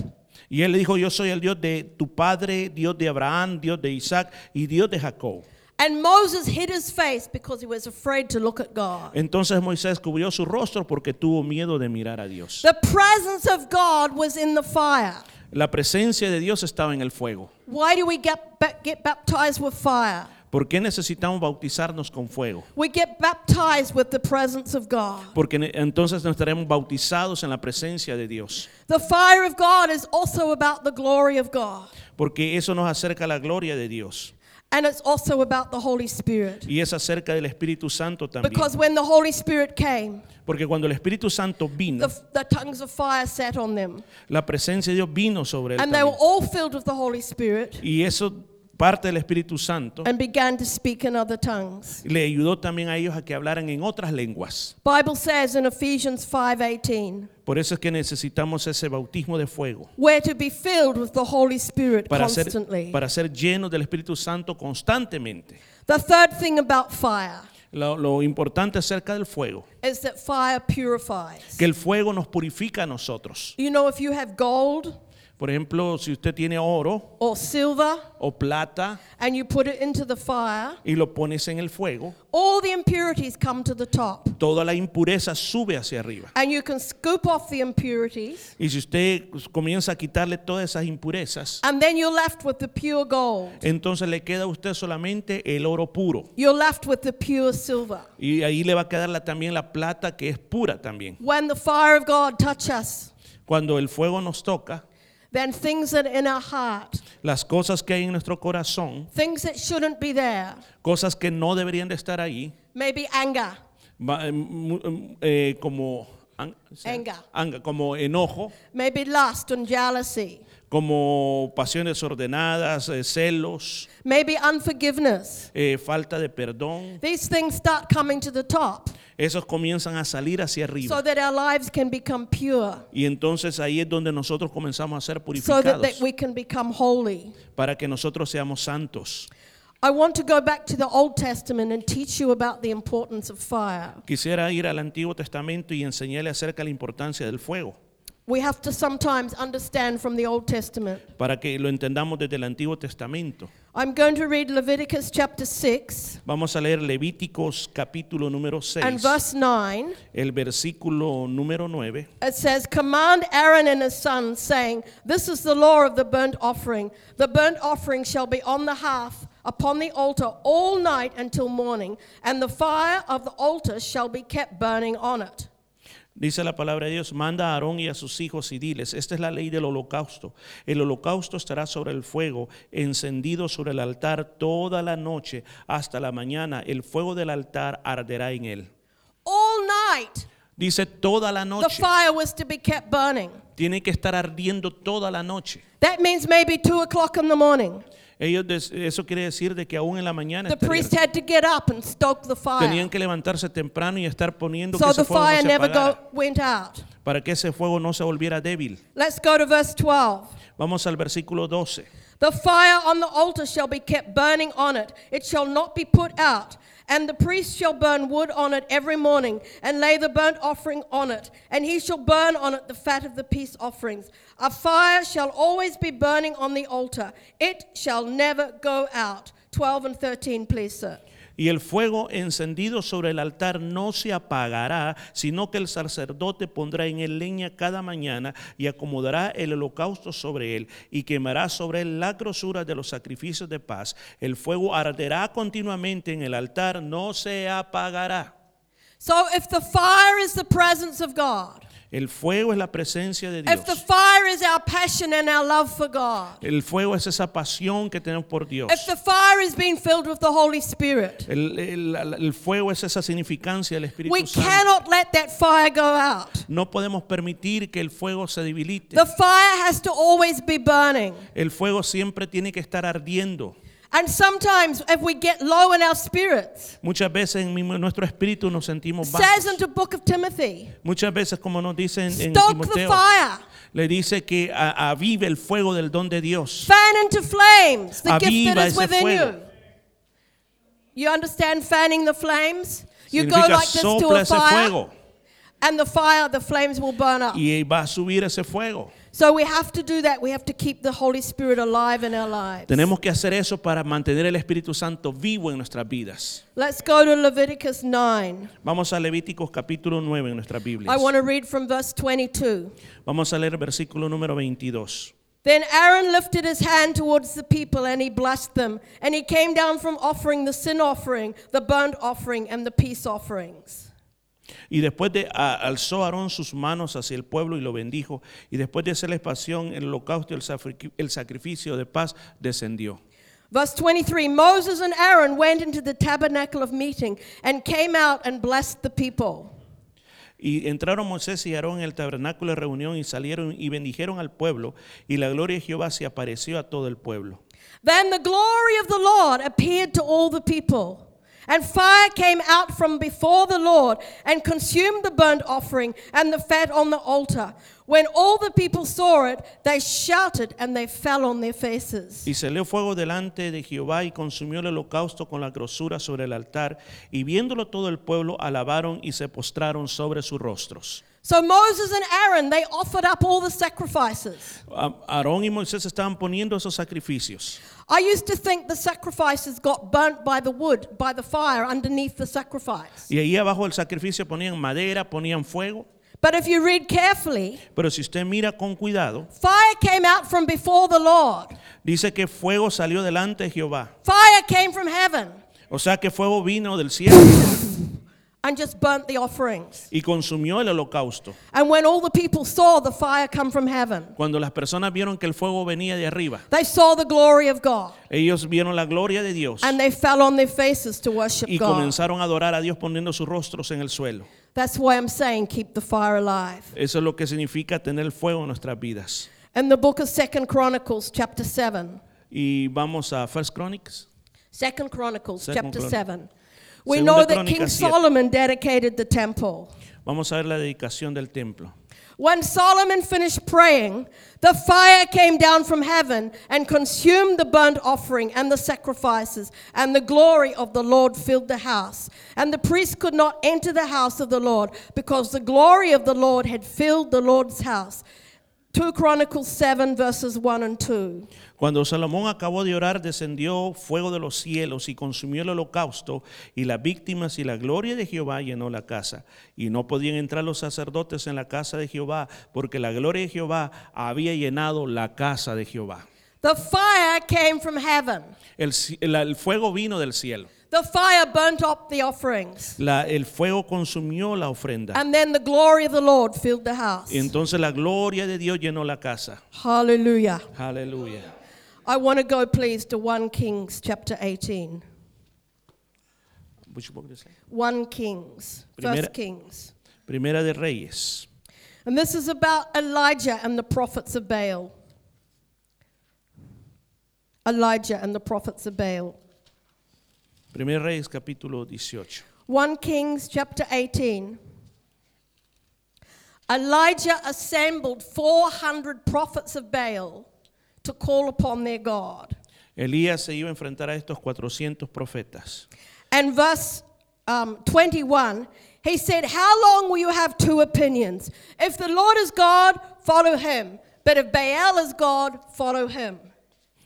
Speaker 1: Y él le dijo, yo soy el Dios de tu padre, Dios de Abraham, Dios de Isaac y Dios de Jacob.
Speaker 3: And Moses hid his face because he was afraid to look at God.
Speaker 1: Entonces Moisés cubrió su rostro porque tuvo miedo de mirar a Dios.
Speaker 3: The presence of God was in the fire.
Speaker 1: La presencia de Dios estaba en el fuego.
Speaker 3: Why do we get, ba- get baptized with fire?
Speaker 1: ¿Por qué necesitamos bautizarnos con fuego?
Speaker 3: We get baptized with the presence of God.
Speaker 1: Porque ne- entonces nos estaremos bautizados en la presencia de Dios.
Speaker 3: The fire of God is also about the glory of God,
Speaker 1: Porque eso nos acerca a la gloria de Dios.
Speaker 3: and it's also about the Holy Spirit.
Speaker 1: Y es acerca del Espíritu Santo también.
Speaker 3: Because when the Holy Spirit came,
Speaker 1: Porque cuando el Espíritu Santo vino,
Speaker 3: the, the tongues of fire sat on them,
Speaker 1: la presencia de Dios vino sobre él.
Speaker 3: and they were
Speaker 1: también.
Speaker 3: all filled with the Holy Spirit
Speaker 1: Y eso parte del Espíritu Santo
Speaker 3: and began to speak in other tongues.
Speaker 1: le ayudó también a ellos a que hablaran en otras lenguas.
Speaker 3: Bible says in Ephesians 5:18,
Speaker 1: Por eso es que necesitamos ese bautismo de fuego
Speaker 3: we're to be filled with the Holy Spirit
Speaker 1: para ser,
Speaker 3: constantly.
Speaker 1: para ser llenos del Espíritu Santo constantemente.
Speaker 3: The third thing about fire
Speaker 1: Lo, lo importante acerca del fuego,
Speaker 3: is that fire purifies.
Speaker 1: que el fuego nos purifica a nosotros.
Speaker 3: You know, if you have gold
Speaker 1: Por ejemplo, si usted tiene oro
Speaker 3: or silver
Speaker 1: o plata
Speaker 3: and you put it into the fire,
Speaker 1: y lo pones en el fuego,
Speaker 3: all the impurities come to the top.
Speaker 1: toda la impureza sube hacia arriba.
Speaker 3: And you can scoop off the impurities,
Speaker 1: Y si usted comienza a quitarle todas esas impurezas,
Speaker 3: and then you're left with the pure gold.
Speaker 1: entonces le queda a usted solamente el oro puro.
Speaker 3: You're left with the pure silver.
Speaker 1: Y ahí le va a quedar la- también la plata que es pura también.
Speaker 3: When the fire of God touches us,
Speaker 1: Cuando el fuego nos toca,
Speaker 3: then things that are in our heart,
Speaker 1: las cosas que hay en nuestro corazón,
Speaker 3: things that shouldn't be there,
Speaker 1: cosas que no deberían de estar ahí,
Speaker 3: maybe anger,
Speaker 1: va- eh, mu- em, eh, como ang- ¿sí?
Speaker 3: Anga.
Speaker 1: Anga, como enojo,
Speaker 3: maybe lust and jealousy,
Speaker 1: como pasiones ordenadas, eh, celos,
Speaker 3: maybe unforgiveness.
Speaker 1: eh, falta de perdón,
Speaker 3: These things start coming to the top
Speaker 1: esos comienzan a salir hacia arriba.
Speaker 3: so that our lives can become pure,
Speaker 1: Y entonces ahí es donde nosotros comenzamos a ser
Speaker 3: so that,
Speaker 1: purificados
Speaker 3: that we can become holy.
Speaker 1: para que nosotros seamos santos.
Speaker 3: I want to go back to the Old Testament and teach you about the importance of fire.
Speaker 1: Quisiera ir al Antiguo Testamento y enseñarle acerca de la importancia del fuego,
Speaker 3: We have to sometimes understand from the Old Testament.
Speaker 1: para que lo entendamos desde el Antiguo Testamento.
Speaker 3: I'm going to read Leviticus chapter 6
Speaker 1: Vamos a leer Levíticos capítulo número 6,
Speaker 3: and verse 9.
Speaker 1: el versículo número 9.
Speaker 3: It says, Command Aaron and his sons, saying, This is the law of the burnt offering. The burnt offering shall be on the hearth, upon the altar, all night until morning, and the fire of the altar shall be kept burning on it.
Speaker 1: Dice la palabra de Dios, manda a Aarón y a sus hijos y diles, esta es la ley del holocausto. El holocausto estará sobre el fuego, encendido sobre el altar toda la noche hasta la mañana. El fuego del altar arderá en él.
Speaker 3: All night,
Speaker 1: Dice toda la
Speaker 3: the
Speaker 1: noche.
Speaker 3: fire was to be kept burning.
Speaker 1: Tiene que estar ardiendo toda la noche.
Speaker 3: That means maybe two o'clock in the morning.
Speaker 1: Ellos des- eso quiere decir de que aún en la mañana
Speaker 3: The
Speaker 1: estarían-
Speaker 3: priest had to get up and stoke the fire.
Speaker 1: tenían que levantarse temprano y estar poniendo que
Speaker 3: So
Speaker 1: ese
Speaker 3: the
Speaker 1: fuego no
Speaker 3: fire
Speaker 1: se
Speaker 3: never
Speaker 1: apagara,
Speaker 3: go, went out.
Speaker 1: para que ese fuego no se volviera débil.
Speaker 3: Let's go to verse 12.
Speaker 1: Vamos al versículo 12.
Speaker 3: The fire on the altar shall be kept burning on it, it shall not be put out. And the priest shall burn wood on it every morning, and lay the burnt offering on it, and he shall burn on it the fat of the peace offerings. A fire shall always be burning on the altar, it shall never go out. 12 and 13, please, sir.
Speaker 1: Y el fuego encendido sobre el altar no se apagará, sino que el sacerdote pondrá en él leña cada mañana y acomodará el holocausto sobre él y quemará sobre él la grosura de los sacrificios de paz. El fuego arderá continuamente en el altar, no se apagará.
Speaker 3: So if the fire is the presence of God,
Speaker 1: El fuego es la presencia de
Speaker 3: if the
Speaker 1: Dios.
Speaker 3: fire is our passion and our love for God,
Speaker 1: El fuego es esa pasión que tenemos por Dios.
Speaker 3: if the fire is being filled with the Holy Spirit,
Speaker 1: El, el- el fuego es esa significancia del Espíritu
Speaker 3: We
Speaker 1: Santo.
Speaker 3: cannot let that fire go out.
Speaker 1: No podemos permitir que el fuego se debilite.
Speaker 3: The fire has to always be burning.
Speaker 1: El fuego siempre tiene que estar ardiendo.
Speaker 3: And sometimes, if we get low in our spirits,
Speaker 1: Muchas veces en mi- nuestro espíritu nos sentimos
Speaker 3: says
Speaker 1: bajos.
Speaker 3: in the book of Timothy,
Speaker 1: Muchas veces, como nos dicen en
Speaker 3: stoke the
Speaker 1: Timoteo,
Speaker 3: fire,
Speaker 1: le dice que a- avive el fuego del don de Dios.
Speaker 3: fan into flames the gift
Speaker 1: Aviva
Speaker 3: that is
Speaker 1: ese
Speaker 3: within
Speaker 1: fuego.
Speaker 3: you. You understand fanning the flames? You go
Speaker 1: Significa
Speaker 3: like this to
Speaker 1: sopla
Speaker 3: a
Speaker 1: ese
Speaker 3: fire,
Speaker 1: fuego
Speaker 3: and the fire, the flames will burn up.
Speaker 1: y va a subir ese fuego.
Speaker 3: So we have to do that. We have to keep the Holy Spirit alive in our lives.
Speaker 1: Tenemos que hacer eso para mantener el Espíritu Santo vivo en nuestras vidas.
Speaker 3: Let's go to Leviticus 9.
Speaker 1: Vamos a Levíticos capítulo 9 en nuestras Biblias.
Speaker 3: I want to read from verse 22.
Speaker 1: Vamos a leer versículo número 22.
Speaker 3: Then Aaron lifted his hand towards the people and he blessed them. And he came down from offering the sin offering, the burnt offering, and the peace offerings.
Speaker 1: Y después de a- alzó Aarón sus manos hacia el pueblo y lo bendijo. Y después de hacer la expiación, el holocausto y el safri- el sacrificio de paz descendió.
Speaker 3: Verse 23 Moses and Aaron went into the tabernacle of meeting and came out and blessed the people.
Speaker 1: Y entraron Moisés y Aarón en el tabernáculo de reunión y salieron y bendijeron al pueblo. Y la gloria de Jehová se apareció a todo el pueblo.
Speaker 3: Then the glory of the Lord appeared to all the people. And fire came out from before the Lord and consumed the burnt offering and the fat on the altar. When all the people saw it, they shouted and they fell on their faces.
Speaker 1: Y salió fuego delante de Jehová y consumió el holocausto con la grosura sobre el altar. Y viéndolo todo el pueblo, alabaron y se postraron sobre sus rostros.
Speaker 3: So Moses and Aaron, they offered up all the sacrifices.
Speaker 1: A- Aarón y Moisés estaban poniendo esos sacrificios.
Speaker 3: I used to think the sacrifices got burnt by the wood, by the fire underneath the sacrifice.
Speaker 1: Y ahí abajo del sacrificio ponían madera, ponían fuego.
Speaker 3: But if you read carefully,
Speaker 1: Pero si usted mira con cuidado,
Speaker 3: fire came out from before the Lord,
Speaker 1: dice que fuego salió delante de Jehová.
Speaker 3: fire came from heaven.
Speaker 1: O sea que fuego vino del cielo
Speaker 3: and just burnt the offerings.
Speaker 1: y consumió el holocausto.
Speaker 3: And when all the people saw the fire come from heaven,
Speaker 1: Cuando las personas vieron que el fuego venía de arriba,
Speaker 3: they saw the glory of God
Speaker 1: ellos vieron la gloria de Dios
Speaker 3: and they fell on their faces to worship
Speaker 1: y
Speaker 3: God.
Speaker 1: comenzaron a adorar a Dios poniendo sus rostros en el suelo.
Speaker 3: That's why I'm saying keep the fire alive.
Speaker 1: Eso es lo que significa tener fuego en nuestras vidas.
Speaker 3: In the book of Second Chronicles, chapter 7,
Speaker 1: Y vamos a First Chronicles.
Speaker 3: Second Chronicles,
Speaker 1: Second
Speaker 3: chapter
Speaker 1: Chron-
Speaker 3: 7, we
Speaker 1: Segunda
Speaker 3: know that King
Speaker 1: Crónica siete.
Speaker 3: Solomon dedicated the temple.
Speaker 1: Vamos a ver la dedicación del templo.
Speaker 3: When Solomon finished praying, the fire came down from heaven and consumed the burnt offering and the sacrifices, and the glory of the Lord filled the house. And the priest could not enter the house of the Lord because the glory of the Lord had filled the Lord's house. 2 Chronicles 7, verses 1 and 2.
Speaker 1: Cuando Salomón acabó de orar, descendió fuego de los cielos y consumió el holocausto y las víctimas y la gloria de Jehová llenó la casa. Y no podían entrar los sacerdotes en la casa de Jehová porque la gloria de Jehová había llenado la casa de Jehová.
Speaker 3: The fire came from heaven,
Speaker 1: El, ci- la- el fuego vino del cielo.
Speaker 3: the fire burnt up the offerings,
Speaker 1: La- el fuego consumió la ofrenda.
Speaker 3: and then the glory of the Lord filled the house.
Speaker 1: Y entonces la gloria de Dios llenó la casa.
Speaker 3: Hallelujah.
Speaker 1: Aleluya.
Speaker 3: I want to go, please, to 1 Kings chapter 18. 1 Kings,
Speaker 1: Primera-
Speaker 3: 1 Kings.
Speaker 1: Primera de Reyes.
Speaker 3: And this is about Elijah and the prophets of Baal. Elijah and the prophets of Baal.
Speaker 1: Primera de Reyes capítulo 18.
Speaker 3: 1 Kings chapter 18. Elijah assembled 400 prophets of Baal to call upon their God.
Speaker 1: Elías se iba a enfrentar a estos 400 profetas.
Speaker 3: And verse um, 21, he said, How long will you have two opinions? If the Lord is God, follow him. But if Baal is God, follow him.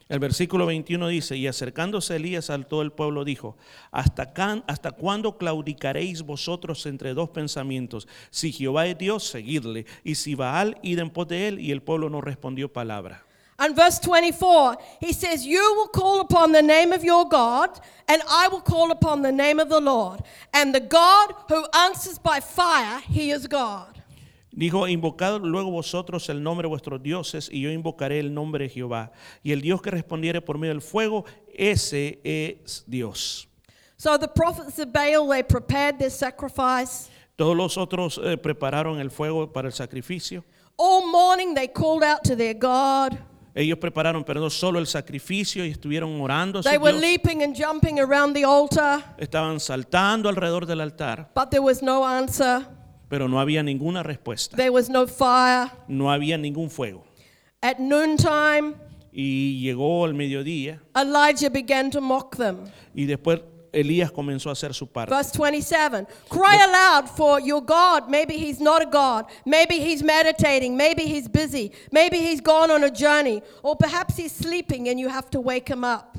Speaker 1: El versículo 21 dice, y acercándose Elías al todo el pueblo dijo, ¿Hasta, can- ¿hasta cuándo claudicaréis vosotros entre dos pensamientos? Si Jehová es Dios, seguidle, y si Baal, id en pos de él, y el pueblo no respondió palabra.
Speaker 3: And verse 24, he says, You will call upon the name of your God, and I will call upon the name of the Lord. And the God who answers by fire, he is God.
Speaker 1: Dijo, invocad luego vosotros el nombre de vuestros dioses, y yo invocaré el nombre de Jehová. Y el Dios que respondiere por medio del fuego, ese es Dios.
Speaker 3: So the prophets of Baal, they prepared their sacrifice.
Speaker 1: Todos los otros eh, prepararon el fuego para el sacrificio.
Speaker 3: All morning they called out to their God.
Speaker 1: Ellos prepararon, pero no solo el sacrificio y estuvieron orando. a su
Speaker 3: They were
Speaker 1: Dios.
Speaker 3: leaping and jumping around the altar,
Speaker 1: Estaban saltando alrededor del altar,
Speaker 3: but there was no answer.
Speaker 1: pero no había ninguna respuesta.
Speaker 3: There was no fire.
Speaker 1: No había ningún fuego.
Speaker 3: At noontime,
Speaker 1: Y llegó el mediodía
Speaker 3: Elijah began to mock them.
Speaker 1: y después Elías comenzó a hacer su parte.
Speaker 3: Verse 27 Cry aloud for your God. Maybe he's not a God. Maybe he's meditating. Maybe he's busy. Maybe he's gone on a journey. Or perhaps he's sleeping and you have to wake him up.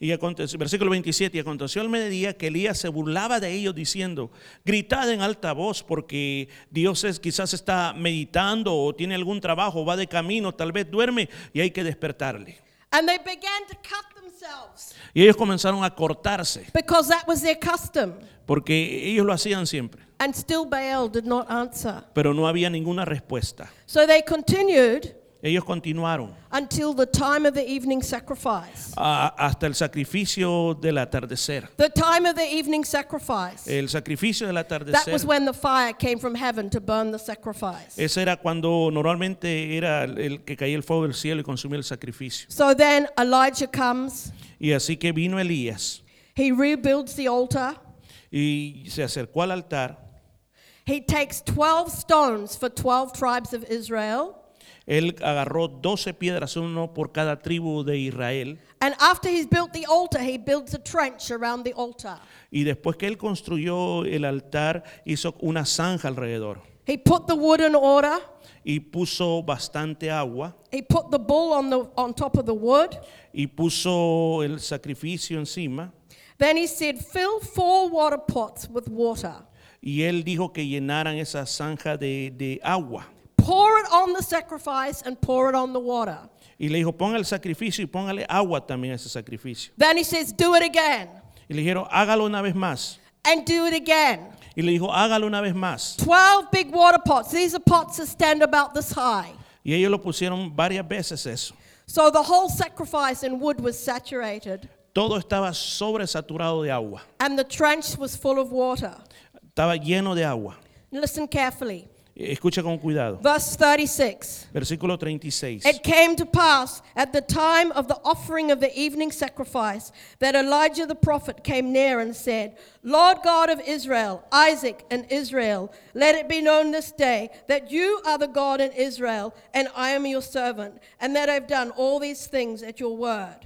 Speaker 1: Y aconteció, versículo 27, y aconteció el mediodía que Elías se burlaba de ellos diciendo, gritad en alta voz porque Dios es, quizás está meditando o tiene algún trabajo, va de camino, tal vez duerme y hay que despertarle.
Speaker 3: And they began to cut themselves
Speaker 1: Y ellos comenzaron a cortarse
Speaker 3: because that was their custom.
Speaker 1: porque ellos lo hacían siempre,
Speaker 3: And still Baal did not answer.
Speaker 1: pero no había ninguna respuesta.
Speaker 3: So they continued
Speaker 1: Ellos continuaron
Speaker 3: until the time of the evening sacrifice.
Speaker 1: a- hasta el sacrificio del atardecer.
Speaker 3: The time of the evening sacrifice.
Speaker 1: El sacrificio del
Speaker 3: That
Speaker 1: atardecer.
Speaker 3: was when the fire came from heaven to burn the sacrifice.
Speaker 1: Ese era cuando normalmente era el- el que caía el fuego del cielo y consumía el sacrificio.
Speaker 3: So then Elijah comes,
Speaker 1: Y así que vino Elías
Speaker 3: he rebuilds the altar.
Speaker 1: y se acercó al altar.
Speaker 3: He takes 12 stones for 12 tribes of Israel.
Speaker 1: Él agarró 12 piedras, uno por cada tribu de Israel.
Speaker 3: And after he's built the altar, he builds a trench around the altar.
Speaker 1: Y después que él construyó el altar, hizo una zanja alrededor
Speaker 3: He put the wood in order.
Speaker 1: y puso bastante agua
Speaker 3: He put the bull on, the, on top of the wood.
Speaker 1: y puso el sacrificio encima.
Speaker 3: Then he said, Fill four water pots with water.
Speaker 1: Y él dijo que llenaran esa zanja de, de agua.
Speaker 3: Pour it on the sacrifice and pour it on the water.
Speaker 1: Y le dijo, ponga el sacrificio y póngale agua también a ese sacrificio.
Speaker 3: Then he says, Do it again.
Speaker 1: Y le dijeron, hágalo una vez más.
Speaker 3: And do it again.
Speaker 1: Y le dijo, hágalo una vez más.
Speaker 3: 12 big water pots. These are pots that stand about this high.
Speaker 1: Y ellos lo pusieron varias veces eso.
Speaker 3: So the whole sacrifice in wood was saturated,
Speaker 1: Todo estaba sobresaturado de agua.
Speaker 3: and the trench was full of water.
Speaker 1: Estaba lleno de agua.
Speaker 3: Listen carefully.
Speaker 1: Escucha con cuidado.
Speaker 3: Verse 36.
Speaker 1: Versículo 36.
Speaker 3: It came to pass at the time of the offering of the evening sacrifice that Elijah the prophet came near and said, Lord God of Israel, Isaac and Israel, let it be known this day that you are the God in Israel, and I am your servant, and that I've done all these things at your word.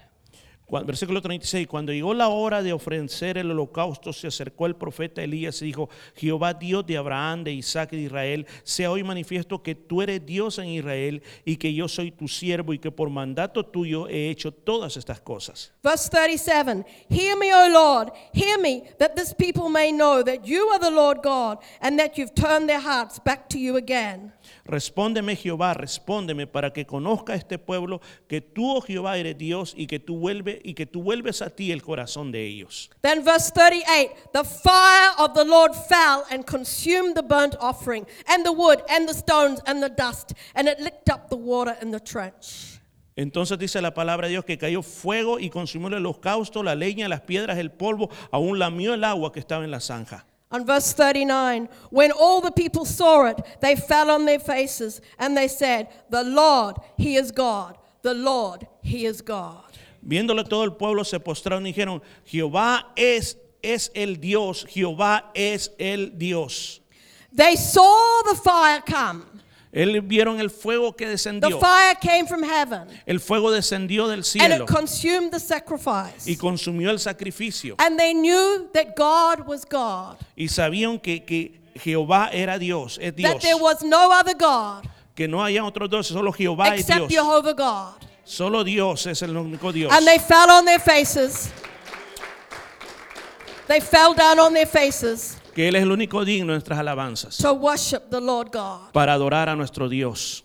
Speaker 1: Cua- Versículo 36. Cuando llegó la hora de ofrecer el holocausto, se acercó el profeta Elías y dijo, Jehová Dios de Abraham, de Isaac y de Israel, sea hoy manifiesto que tú eres Dios en Israel y que yo soy tu siervo y que por mandato tuyo he hecho todas estas cosas.
Speaker 3: Verse 37 Hear me, O Lord, hear me, that this people may know that you are the Lord God, and that you've turned their hearts back to you again.
Speaker 1: Respóndeme Jehová, respóndeme para que conozca este pueblo que tú, oh Jehová, eres Dios y que tú vuelve y que tú vuelves a ti el corazón de ellos.
Speaker 3: Then, verse 38 The fire of the Lord fell and consumed the burnt offering, and the wood, and the stones, and the dust, and it licked up the water in the trench.
Speaker 1: Entonces dice la palabra de Dios que cayó fuego y consumió el holocausto, la leña, las piedras, el polvo, aún lamió el agua que estaba en la zanja.
Speaker 3: On verse 39, when all the people saw it, they fell on their faces and they said, The Lord, He is God. The Lord, He is God.
Speaker 1: Viéndolo todo el pueblo se postraron y dijeron, Jehová es, es el Dios, Jehová es el Dios.
Speaker 3: They saw the fire come.
Speaker 1: Él vieron el fuego que
Speaker 3: The
Speaker 1: descendió.
Speaker 3: fire came from heaven
Speaker 1: El fuego descendió del
Speaker 3: and
Speaker 1: cielo
Speaker 3: it consumed the sacrifice.
Speaker 1: y consumió el sacrificio.
Speaker 3: And they knew that God was God,
Speaker 1: Y sabían que, que Jehová era Dios, es Dios.
Speaker 3: that there was no other God
Speaker 1: Que no había otros dioses, solo Jehová es
Speaker 3: except
Speaker 1: Dios.
Speaker 3: Jehovah God.
Speaker 1: Solo Dios es el único Dios.
Speaker 3: And they fell on their faces. They fell down on their faces
Speaker 1: que Él es el único digno de nuestras alabanzas.
Speaker 3: to worship the Lord God.
Speaker 1: para adorar a nuestro Dios.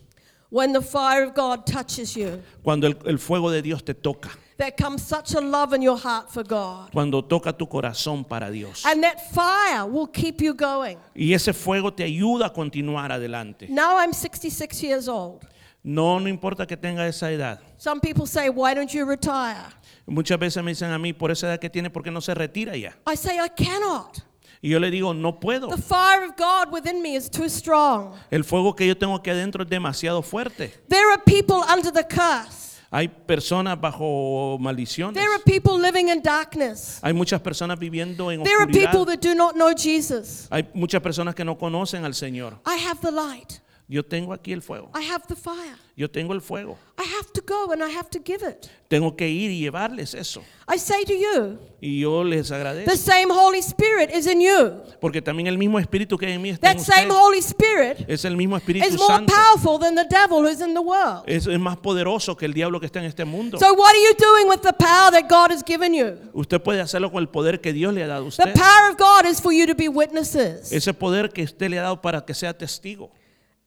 Speaker 3: When the fire of God touches you,
Speaker 1: Cuando el, el fuego de Dios te toca,
Speaker 3: there comes such a love in your heart for God.
Speaker 1: cuando toca tu corazón para Dios.
Speaker 3: And that fire will keep you going.
Speaker 1: Y ese fuego te ayuda a continuar adelante.
Speaker 3: Now I'm 66 years old.
Speaker 1: No, no importa que tenga esa edad.
Speaker 3: Some people say, Why don't you retire?
Speaker 1: Muchas veces me dicen a mí, por esa edad que tiene, ¿por qué no se retira ya?
Speaker 3: I say, I cannot.
Speaker 1: Y yo le digo, no puedo.
Speaker 3: The fire of God within me is too strong.
Speaker 1: El fuego que yo tengo aquí adentro es demasiado fuerte.
Speaker 3: There are people under the curse,
Speaker 1: Hay personas bajo maldiciones.
Speaker 3: there are people living in darkness,
Speaker 1: Hay muchas personas viviendo en
Speaker 3: there are people
Speaker 1: oscuridad.
Speaker 3: that do not know Jesus.
Speaker 1: Hay muchas personas que no conocen al Señor.
Speaker 3: I have the light.
Speaker 1: Yo tengo aquí el fuego.
Speaker 3: I have the fire.
Speaker 1: Yo tengo el fuego.
Speaker 3: I have to go and I have to give it.
Speaker 1: Tengo que ir y llevarles eso.
Speaker 3: I say to you,
Speaker 1: Y yo les
Speaker 3: the
Speaker 1: agradezco.
Speaker 3: same Holy Spirit is in you.
Speaker 1: Porque también el mismo espíritu que hay en mí está en
Speaker 3: That
Speaker 1: ustedes.
Speaker 3: same Holy Spirit
Speaker 1: Es el mismo
Speaker 3: is
Speaker 1: espíritu
Speaker 3: more
Speaker 1: santo.
Speaker 3: powerful than the devil who's in the world.
Speaker 1: Es, es más poderoso que el diablo que está en este mundo.
Speaker 3: So, what are you doing with the power that God has given you?
Speaker 1: usted puede hacerlo con el poder que Dios le ha dado a
Speaker 3: The
Speaker 1: usted.
Speaker 3: power of God is for you to be witnesses
Speaker 1: Ese poder que usted le ha dado para que sea testigo.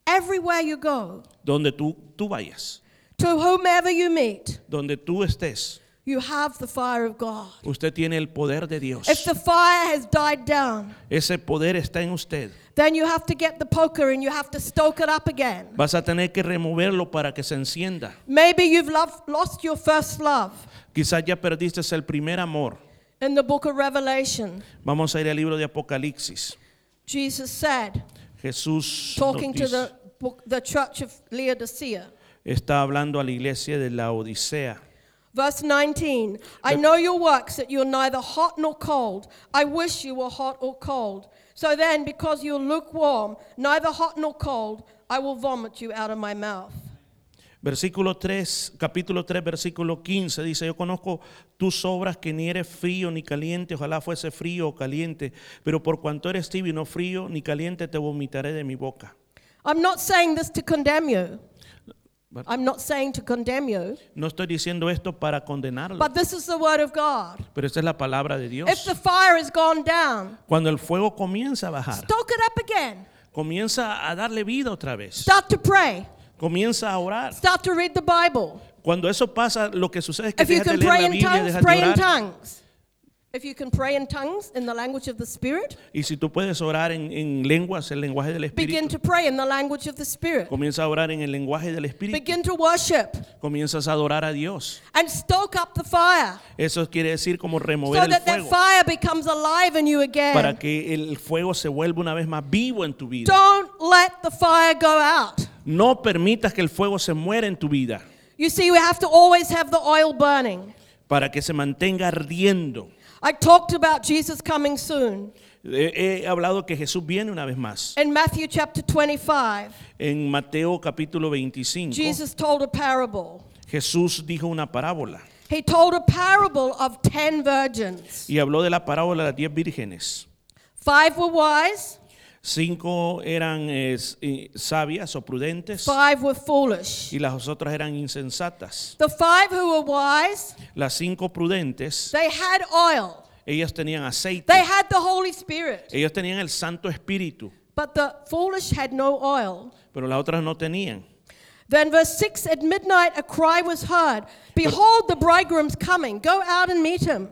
Speaker 3: everywhere you go,
Speaker 1: Donde tú, tú vayas,
Speaker 3: to whomever you meet.
Speaker 1: donde tú estés,
Speaker 3: You have the fire of God.
Speaker 1: usted tiene el poder de Dios.
Speaker 3: If the fire has died down,
Speaker 1: Ese poder está en usted.
Speaker 3: then you have to get the poker and you have to stoke it up again.
Speaker 1: Vas a tener que removerlo para que se encienda.
Speaker 3: Maybe you've loved, lost your first love
Speaker 1: Quizás ya perdiste el primer amor.
Speaker 3: in the book of Revelation.
Speaker 1: Vamos a ir al libro de Apocalipsis.
Speaker 3: Jesus said,
Speaker 1: Jesús nos
Speaker 3: talking to
Speaker 1: dice-
Speaker 3: the, book, the church of Laodicea,
Speaker 1: está hablando a la iglesia de la Odisea.
Speaker 3: verse 19 I know your works, that you're neither hot nor cold. I wish you were hot or cold. So then, because you're lukewarm, neither hot nor cold, I will vomit you out of my mouth.
Speaker 1: Versículo 3, capítulo 3, versículo 15 dice, yo conozco tus obras que ni eres frío ni caliente, ojalá fuese frío o caliente, pero por cuanto eres tibio y no frío ni caliente te vomitaré de mi boca.
Speaker 3: I'm not saying this to condemn you.
Speaker 1: But-
Speaker 3: I'm not saying to condemn you,
Speaker 1: No estoy diciendo esto para condenarlo,
Speaker 3: but this is the word of God.
Speaker 1: pero esta es la palabra de Dios.
Speaker 3: If the fire has gone down,
Speaker 1: Cuando el fuego comienza a bajar,
Speaker 3: stoke it up again.
Speaker 1: comienza a darle vida otra vez,
Speaker 3: Start to pray.
Speaker 1: comienza a orar.
Speaker 3: Start to read the Bible.
Speaker 1: Cuando eso pasa, lo que sucede es que
Speaker 3: If you
Speaker 1: dejas de
Speaker 3: can
Speaker 1: leer
Speaker 3: pray
Speaker 1: la
Speaker 3: in
Speaker 1: Biblia,
Speaker 3: tongues,
Speaker 1: dejas de
Speaker 3: pray in
Speaker 1: orar.
Speaker 3: tongues. If you can pray in tongues in the language of the Spirit,
Speaker 1: Y si tú puedes orar en, en lenguas, el lenguaje del Espíritu,
Speaker 3: begin to pray in the language of the Spirit.
Speaker 1: comienza a orar en el lenguaje del Espíritu,
Speaker 3: Begin to worship
Speaker 1: comienzas a adorar a Dios.
Speaker 3: and stoke up the fire
Speaker 1: Eso quiere decir como remover
Speaker 3: so
Speaker 1: el
Speaker 3: that that
Speaker 1: fuego
Speaker 3: fire becomes alive in you
Speaker 1: para
Speaker 3: again.
Speaker 1: que el fuego se vuelva una vez más vivo en tu vida.
Speaker 3: Don't let the fire go out.
Speaker 1: No permitas que el fuego se muera en tu vida
Speaker 3: You see, we have to always have the oil burning.
Speaker 1: para que se mantenga ardiendo.
Speaker 3: I talked about Jesus coming soon
Speaker 1: He, he hablado que Jesús viene una vez más.
Speaker 3: in Matthew chapter 25.
Speaker 1: En Mateo capítulo 25,
Speaker 3: Jesus told a parable.
Speaker 1: Jesús dijo una parábola
Speaker 3: He told a parable of ten virgins.
Speaker 1: y habló de la parábola de las diez vírgenes.
Speaker 3: Five were wise,
Speaker 1: Cinco eran eh, eh, sabias o prudentes
Speaker 3: five were foolish.
Speaker 1: y las otras eran insensatas.
Speaker 3: The five who were wise,
Speaker 1: Las cinco prudentes,
Speaker 3: they had oil,
Speaker 1: ellas tenían aceite,
Speaker 3: they had the Holy Spirit.
Speaker 1: ellas tenían el Santo Espíritu,
Speaker 3: But the foolish had no oil.
Speaker 1: pero las otras no tenían.
Speaker 3: Then, verse 6 At midnight, a cry was heard Behold, the bridegroom's coming. Go out and meet him.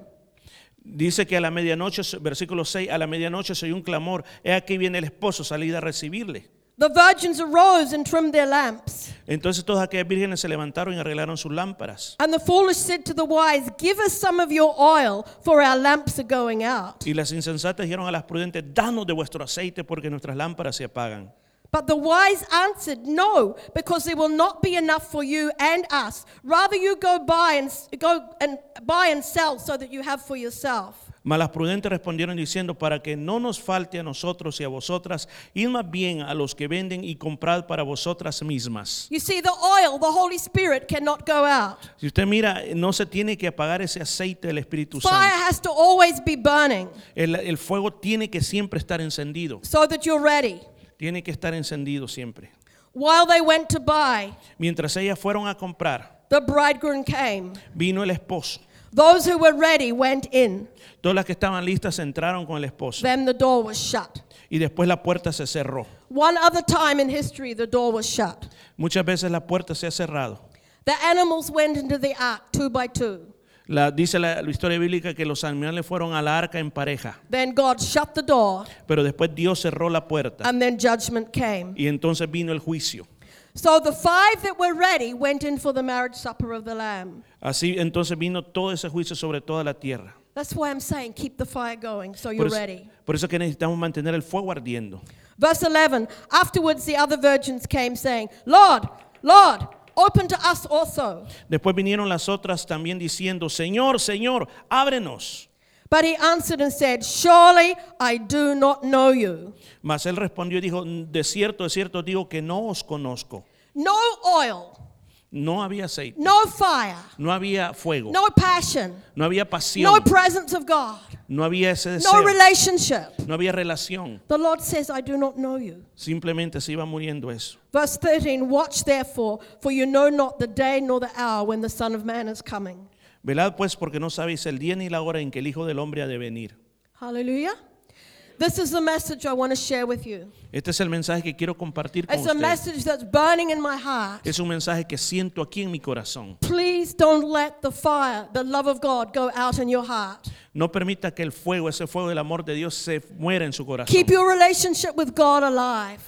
Speaker 1: Dice que a la medianoche, se- versículo 6, a la medianoche se oyó un clamor, he aquí viene el esposo, salid a recibirle.
Speaker 3: The virgins arose and trimmed their lamps.
Speaker 1: Entonces todas aquellas vírgenes se levantaron y arreglaron sus lámparas.
Speaker 3: And the foolish said to the wise, Give us some of your oil, for our lamps are going out.
Speaker 1: Y las insensatas dijeron a las prudentes, danos de vuestro aceite porque nuestras lámparas se apagan.
Speaker 3: But the wise answered, No, because there will not be enough for you and us. Rather, you go buy and go and buy and sell, so that you have for yourself.
Speaker 1: Mas las prudentes respondieron diciendo, para que no nos falte a nosotros y a vosotras, id más bien a los que venden y comprad para vosotras mismas.
Speaker 3: You see, the oil, the Holy Spirit, cannot go out.
Speaker 1: Si usted mira, no se tiene que apagar ese aceite del Espíritu
Speaker 3: Fire
Speaker 1: Santo.
Speaker 3: has to always be burning,
Speaker 1: El, el fuego tiene que siempre estar encendido.
Speaker 3: so that you're ready.
Speaker 1: Tiene que estar encendido siempre.
Speaker 3: While they went to buy,
Speaker 1: Mientras ellas fueron a comprar,
Speaker 3: the bridegroom came.
Speaker 1: vino el esposo.
Speaker 3: Those who were ready went in.
Speaker 1: Todas las que estaban listas entraron con el esposo.
Speaker 3: Then the door was shut.
Speaker 1: Y después la puerta se cerró.
Speaker 3: One other time in history, the door was shut.
Speaker 1: Muchas veces la puerta se ha cerrado.
Speaker 3: The animals went into the ark two by two.
Speaker 1: La- dice la, la historia bíblica que los animales fueron a la arca en pareja.
Speaker 3: Then God shut the door,
Speaker 1: Pero después Dios cerró la puerta
Speaker 3: and then judgment came.
Speaker 1: y entonces vino el juicio.
Speaker 3: So the five that were ready went in for the marriage supper of the Lamb.
Speaker 1: Así entonces vino todo ese juicio sobre toda la tierra.
Speaker 3: That's why I'm saying keep the fire going so
Speaker 1: Por
Speaker 3: you're
Speaker 1: eso,
Speaker 3: ready.
Speaker 1: por eso que necesitamos mantener el fuego ardiendo.
Speaker 3: Verse 11 Afterwards the other virgins came, saying, Lord, Lord, open to us also.
Speaker 1: Después vinieron las otras también diciendo, Señor, Señor, ábrenos.
Speaker 3: But he answered and said, Surely I do not know you.
Speaker 1: Mas él respondió y dijo, de cierto, de cierto os digo que no os conozco.
Speaker 3: No oil,
Speaker 1: No había aceite,
Speaker 3: no fire,
Speaker 1: no había fuego,
Speaker 3: no passion,
Speaker 1: no había
Speaker 3: no
Speaker 1: pasión,
Speaker 3: presence of God,
Speaker 1: no había ese
Speaker 3: no
Speaker 1: deseo,
Speaker 3: relationship.
Speaker 1: no había relación.
Speaker 3: The Lord says, I do not know you.
Speaker 1: Simplemente se iba muriendo eso.
Speaker 3: Verse 13 Watch therefore, for you know not the day nor the hour when the Son of Man is coming.
Speaker 1: Velad pues porque no sabéis el día ni la hora en que el Hijo del Hombre ha de venir.
Speaker 3: Hallelujah. This is the message I want to share with you.
Speaker 1: Este es el mensaje que quiero compartir con
Speaker 3: It's a
Speaker 1: ustedes.
Speaker 3: message that's burning in my heart.
Speaker 1: Es un mensaje que siento aquí en mi corazón.
Speaker 3: Please don't let the fire, the love of God, go out in your heart.
Speaker 1: No permita que el fuego, ese fuego del amor de Dios se muera en su corazón.
Speaker 3: Keep your relationship with God alive.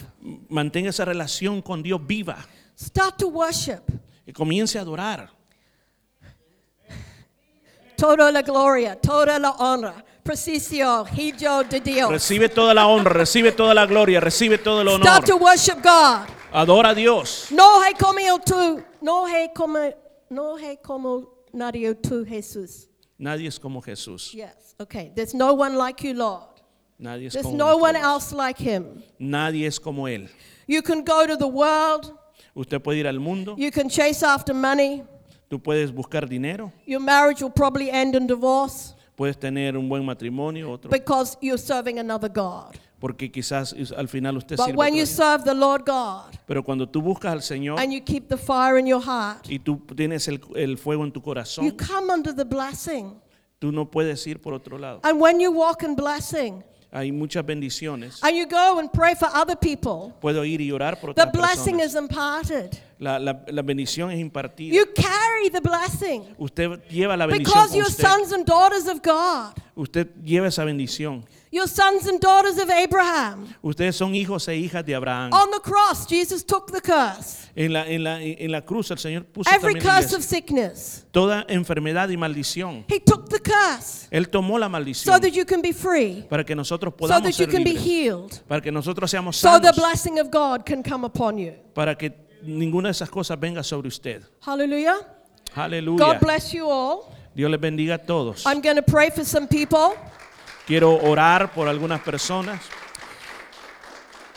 Speaker 1: Mantenga esa relación con Dios viva.
Speaker 3: Start to worship.
Speaker 1: Y comience a adorar.
Speaker 3: Toda la gloria, toda la honra. Precisio, hijo de Dios.
Speaker 1: Recibe toda la honra, recibe toda la gloria, recibe todo el honor.
Speaker 3: Start to worship God.
Speaker 1: Adora a Dios.
Speaker 3: No hay como el tú. No hay como, no hay como nadie tú, Jesús.
Speaker 1: Nadie es como Jesús.
Speaker 3: Yes, okay. There's no one like you, Lord.
Speaker 1: Nadie es
Speaker 3: There's
Speaker 1: como
Speaker 3: no one
Speaker 1: nosotros.
Speaker 3: else like him.
Speaker 1: Nadie es como él.
Speaker 3: You can go to the world.
Speaker 1: Usted puede ir al mundo,
Speaker 3: You can chase after money.
Speaker 1: tú puedes buscar dinero,
Speaker 3: Your marriage will probably end in divorce
Speaker 1: puedes tener un buen matrimonio, otro,
Speaker 3: because you're serving another God.
Speaker 1: porque quizás es- al final usted
Speaker 3: But
Speaker 1: sirve. a
Speaker 3: when
Speaker 1: otro
Speaker 3: you
Speaker 1: Dios.
Speaker 3: serve the Lord God
Speaker 1: Pero cuando tú buscas al Señor
Speaker 3: and you keep the fire in your heart,
Speaker 1: y tú tienes el, el fuego en tu
Speaker 3: you
Speaker 1: corazón,
Speaker 3: come under the blessing.
Speaker 1: tú no puedes ir por otro lado.
Speaker 3: And when you walk in blessing
Speaker 1: Hay muchas bendiciones.
Speaker 3: and you go and pray for other people,
Speaker 1: Puedo ir y orar por
Speaker 3: the
Speaker 1: otras
Speaker 3: blessing
Speaker 1: personas.
Speaker 3: is imparted.
Speaker 1: La, la- la bendición es impartida.
Speaker 3: You carry the blessing
Speaker 1: Usted lleva la bendición
Speaker 3: because
Speaker 1: con
Speaker 3: you're
Speaker 1: usted.
Speaker 3: sons and daughters of God.
Speaker 1: Usted lleva esa bendición.
Speaker 3: You're sons and daughters of Abraham.
Speaker 1: Ustedes son hijos e hijas de Abraham.
Speaker 3: On the cross, Jesus took the curse.
Speaker 1: En la, en la- en la cruz el Señor puso
Speaker 3: Every
Speaker 1: también la
Speaker 3: curse of
Speaker 1: iglesia.
Speaker 3: sickness.
Speaker 1: toda enfermedad y maldición.
Speaker 3: He took the curse
Speaker 1: Él tomó la
Speaker 3: so
Speaker 1: maldición
Speaker 3: that you can be free,
Speaker 1: para que nosotros
Speaker 3: so
Speaker 1: podamos
Speaker 3: that you
Speaker 1: ser
Speaker 3: can be
Speaker 1: libres,
Speaker 3: healed,
Speaker 1: para que nosotros seamos
Speaker 3: so the
Speaker 1: sanos,
Speaker 3: blessing of God can come upon you.
Speaker 1: para que ninguna de esas cosas venga sobre usted.
Speaker 3: Hallelujah.
Speaker 1: Aleluya.
Speaker 3: God bless you all.
Speaker 1: Dios les bendiga a todos.
Speaker 3: I'm going to pray for some people.
Speaker 1: Quiero orar por algunas personas.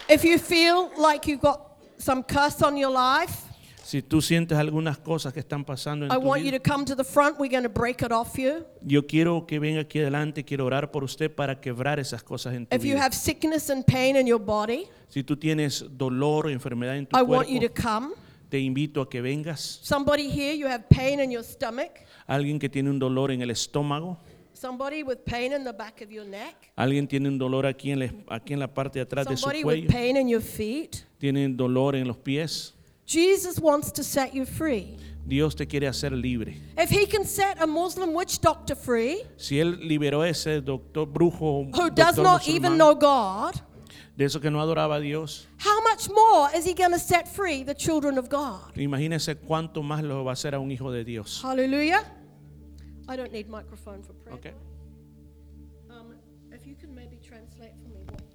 Speaker 3: If you feel like you've got some curse on your life,
Speaker 1: Si tú sientes algunas cosas que están pasando en
Speaker 3: I
Speaker 1: tu
Speaker 3: want you
Speaker 1: vida,
Speaker 3: to come to the front. We're going to break it off you.
Speaker 1: yo quiero que venga aquí adelante, quiero orar por usted para quebrar esas cosas en tu
Speaker 3: If you
Speaker 1: vida.
Speaker 3: have sickness and pain in your body,
Speaker 1: Si tú tienes dolor o enfermedad en tu
Speaker 3: I want you to
Speaker 1: cuerpo,
Speaker 3: come.
Speaker 1: te invito a que vengas.
Speaker 3: Somebody here, you have pain in your stomach.
Speaker 1: Alguien que tiene un dolor en el estómago,
Speaker 3: Somebody with pain in the back of your neck.
Speaker 1: alguien tiene un dolor aquí en la, aquí en la parte de atrás de su
Speaker 3: Somebody with
Speaker 1: cuello,
Speaker 3: pain in your feet.
Speaker 1: tiene dolor en los pies.
Speaker 3: Jesus wants to set you free.
Speaker 1: Dios te quiere hacer libre.
Speaker 3: If he can set a Muslim witch doctor free
Speaker 1: Si él liberó a ese doctor brujo,
Speaker 3: who
Speaker 1: doctor
Speaker 3: does not even
Speaker 1: musulmán,
Speaker 3: know God,
Speaker 1: de eso que no adoraba a Dios,
Speaker 3: how much more is he going to set free the children of God?
Speaker 1: Imagínense cuánto más lo va a hacer a un hijo de Dios.
Speaker 3: Hallelujah. I don't need microphone for prayer.
Speaker 1: Okay.
Speaker 3: Um, if you can maybe translate for me what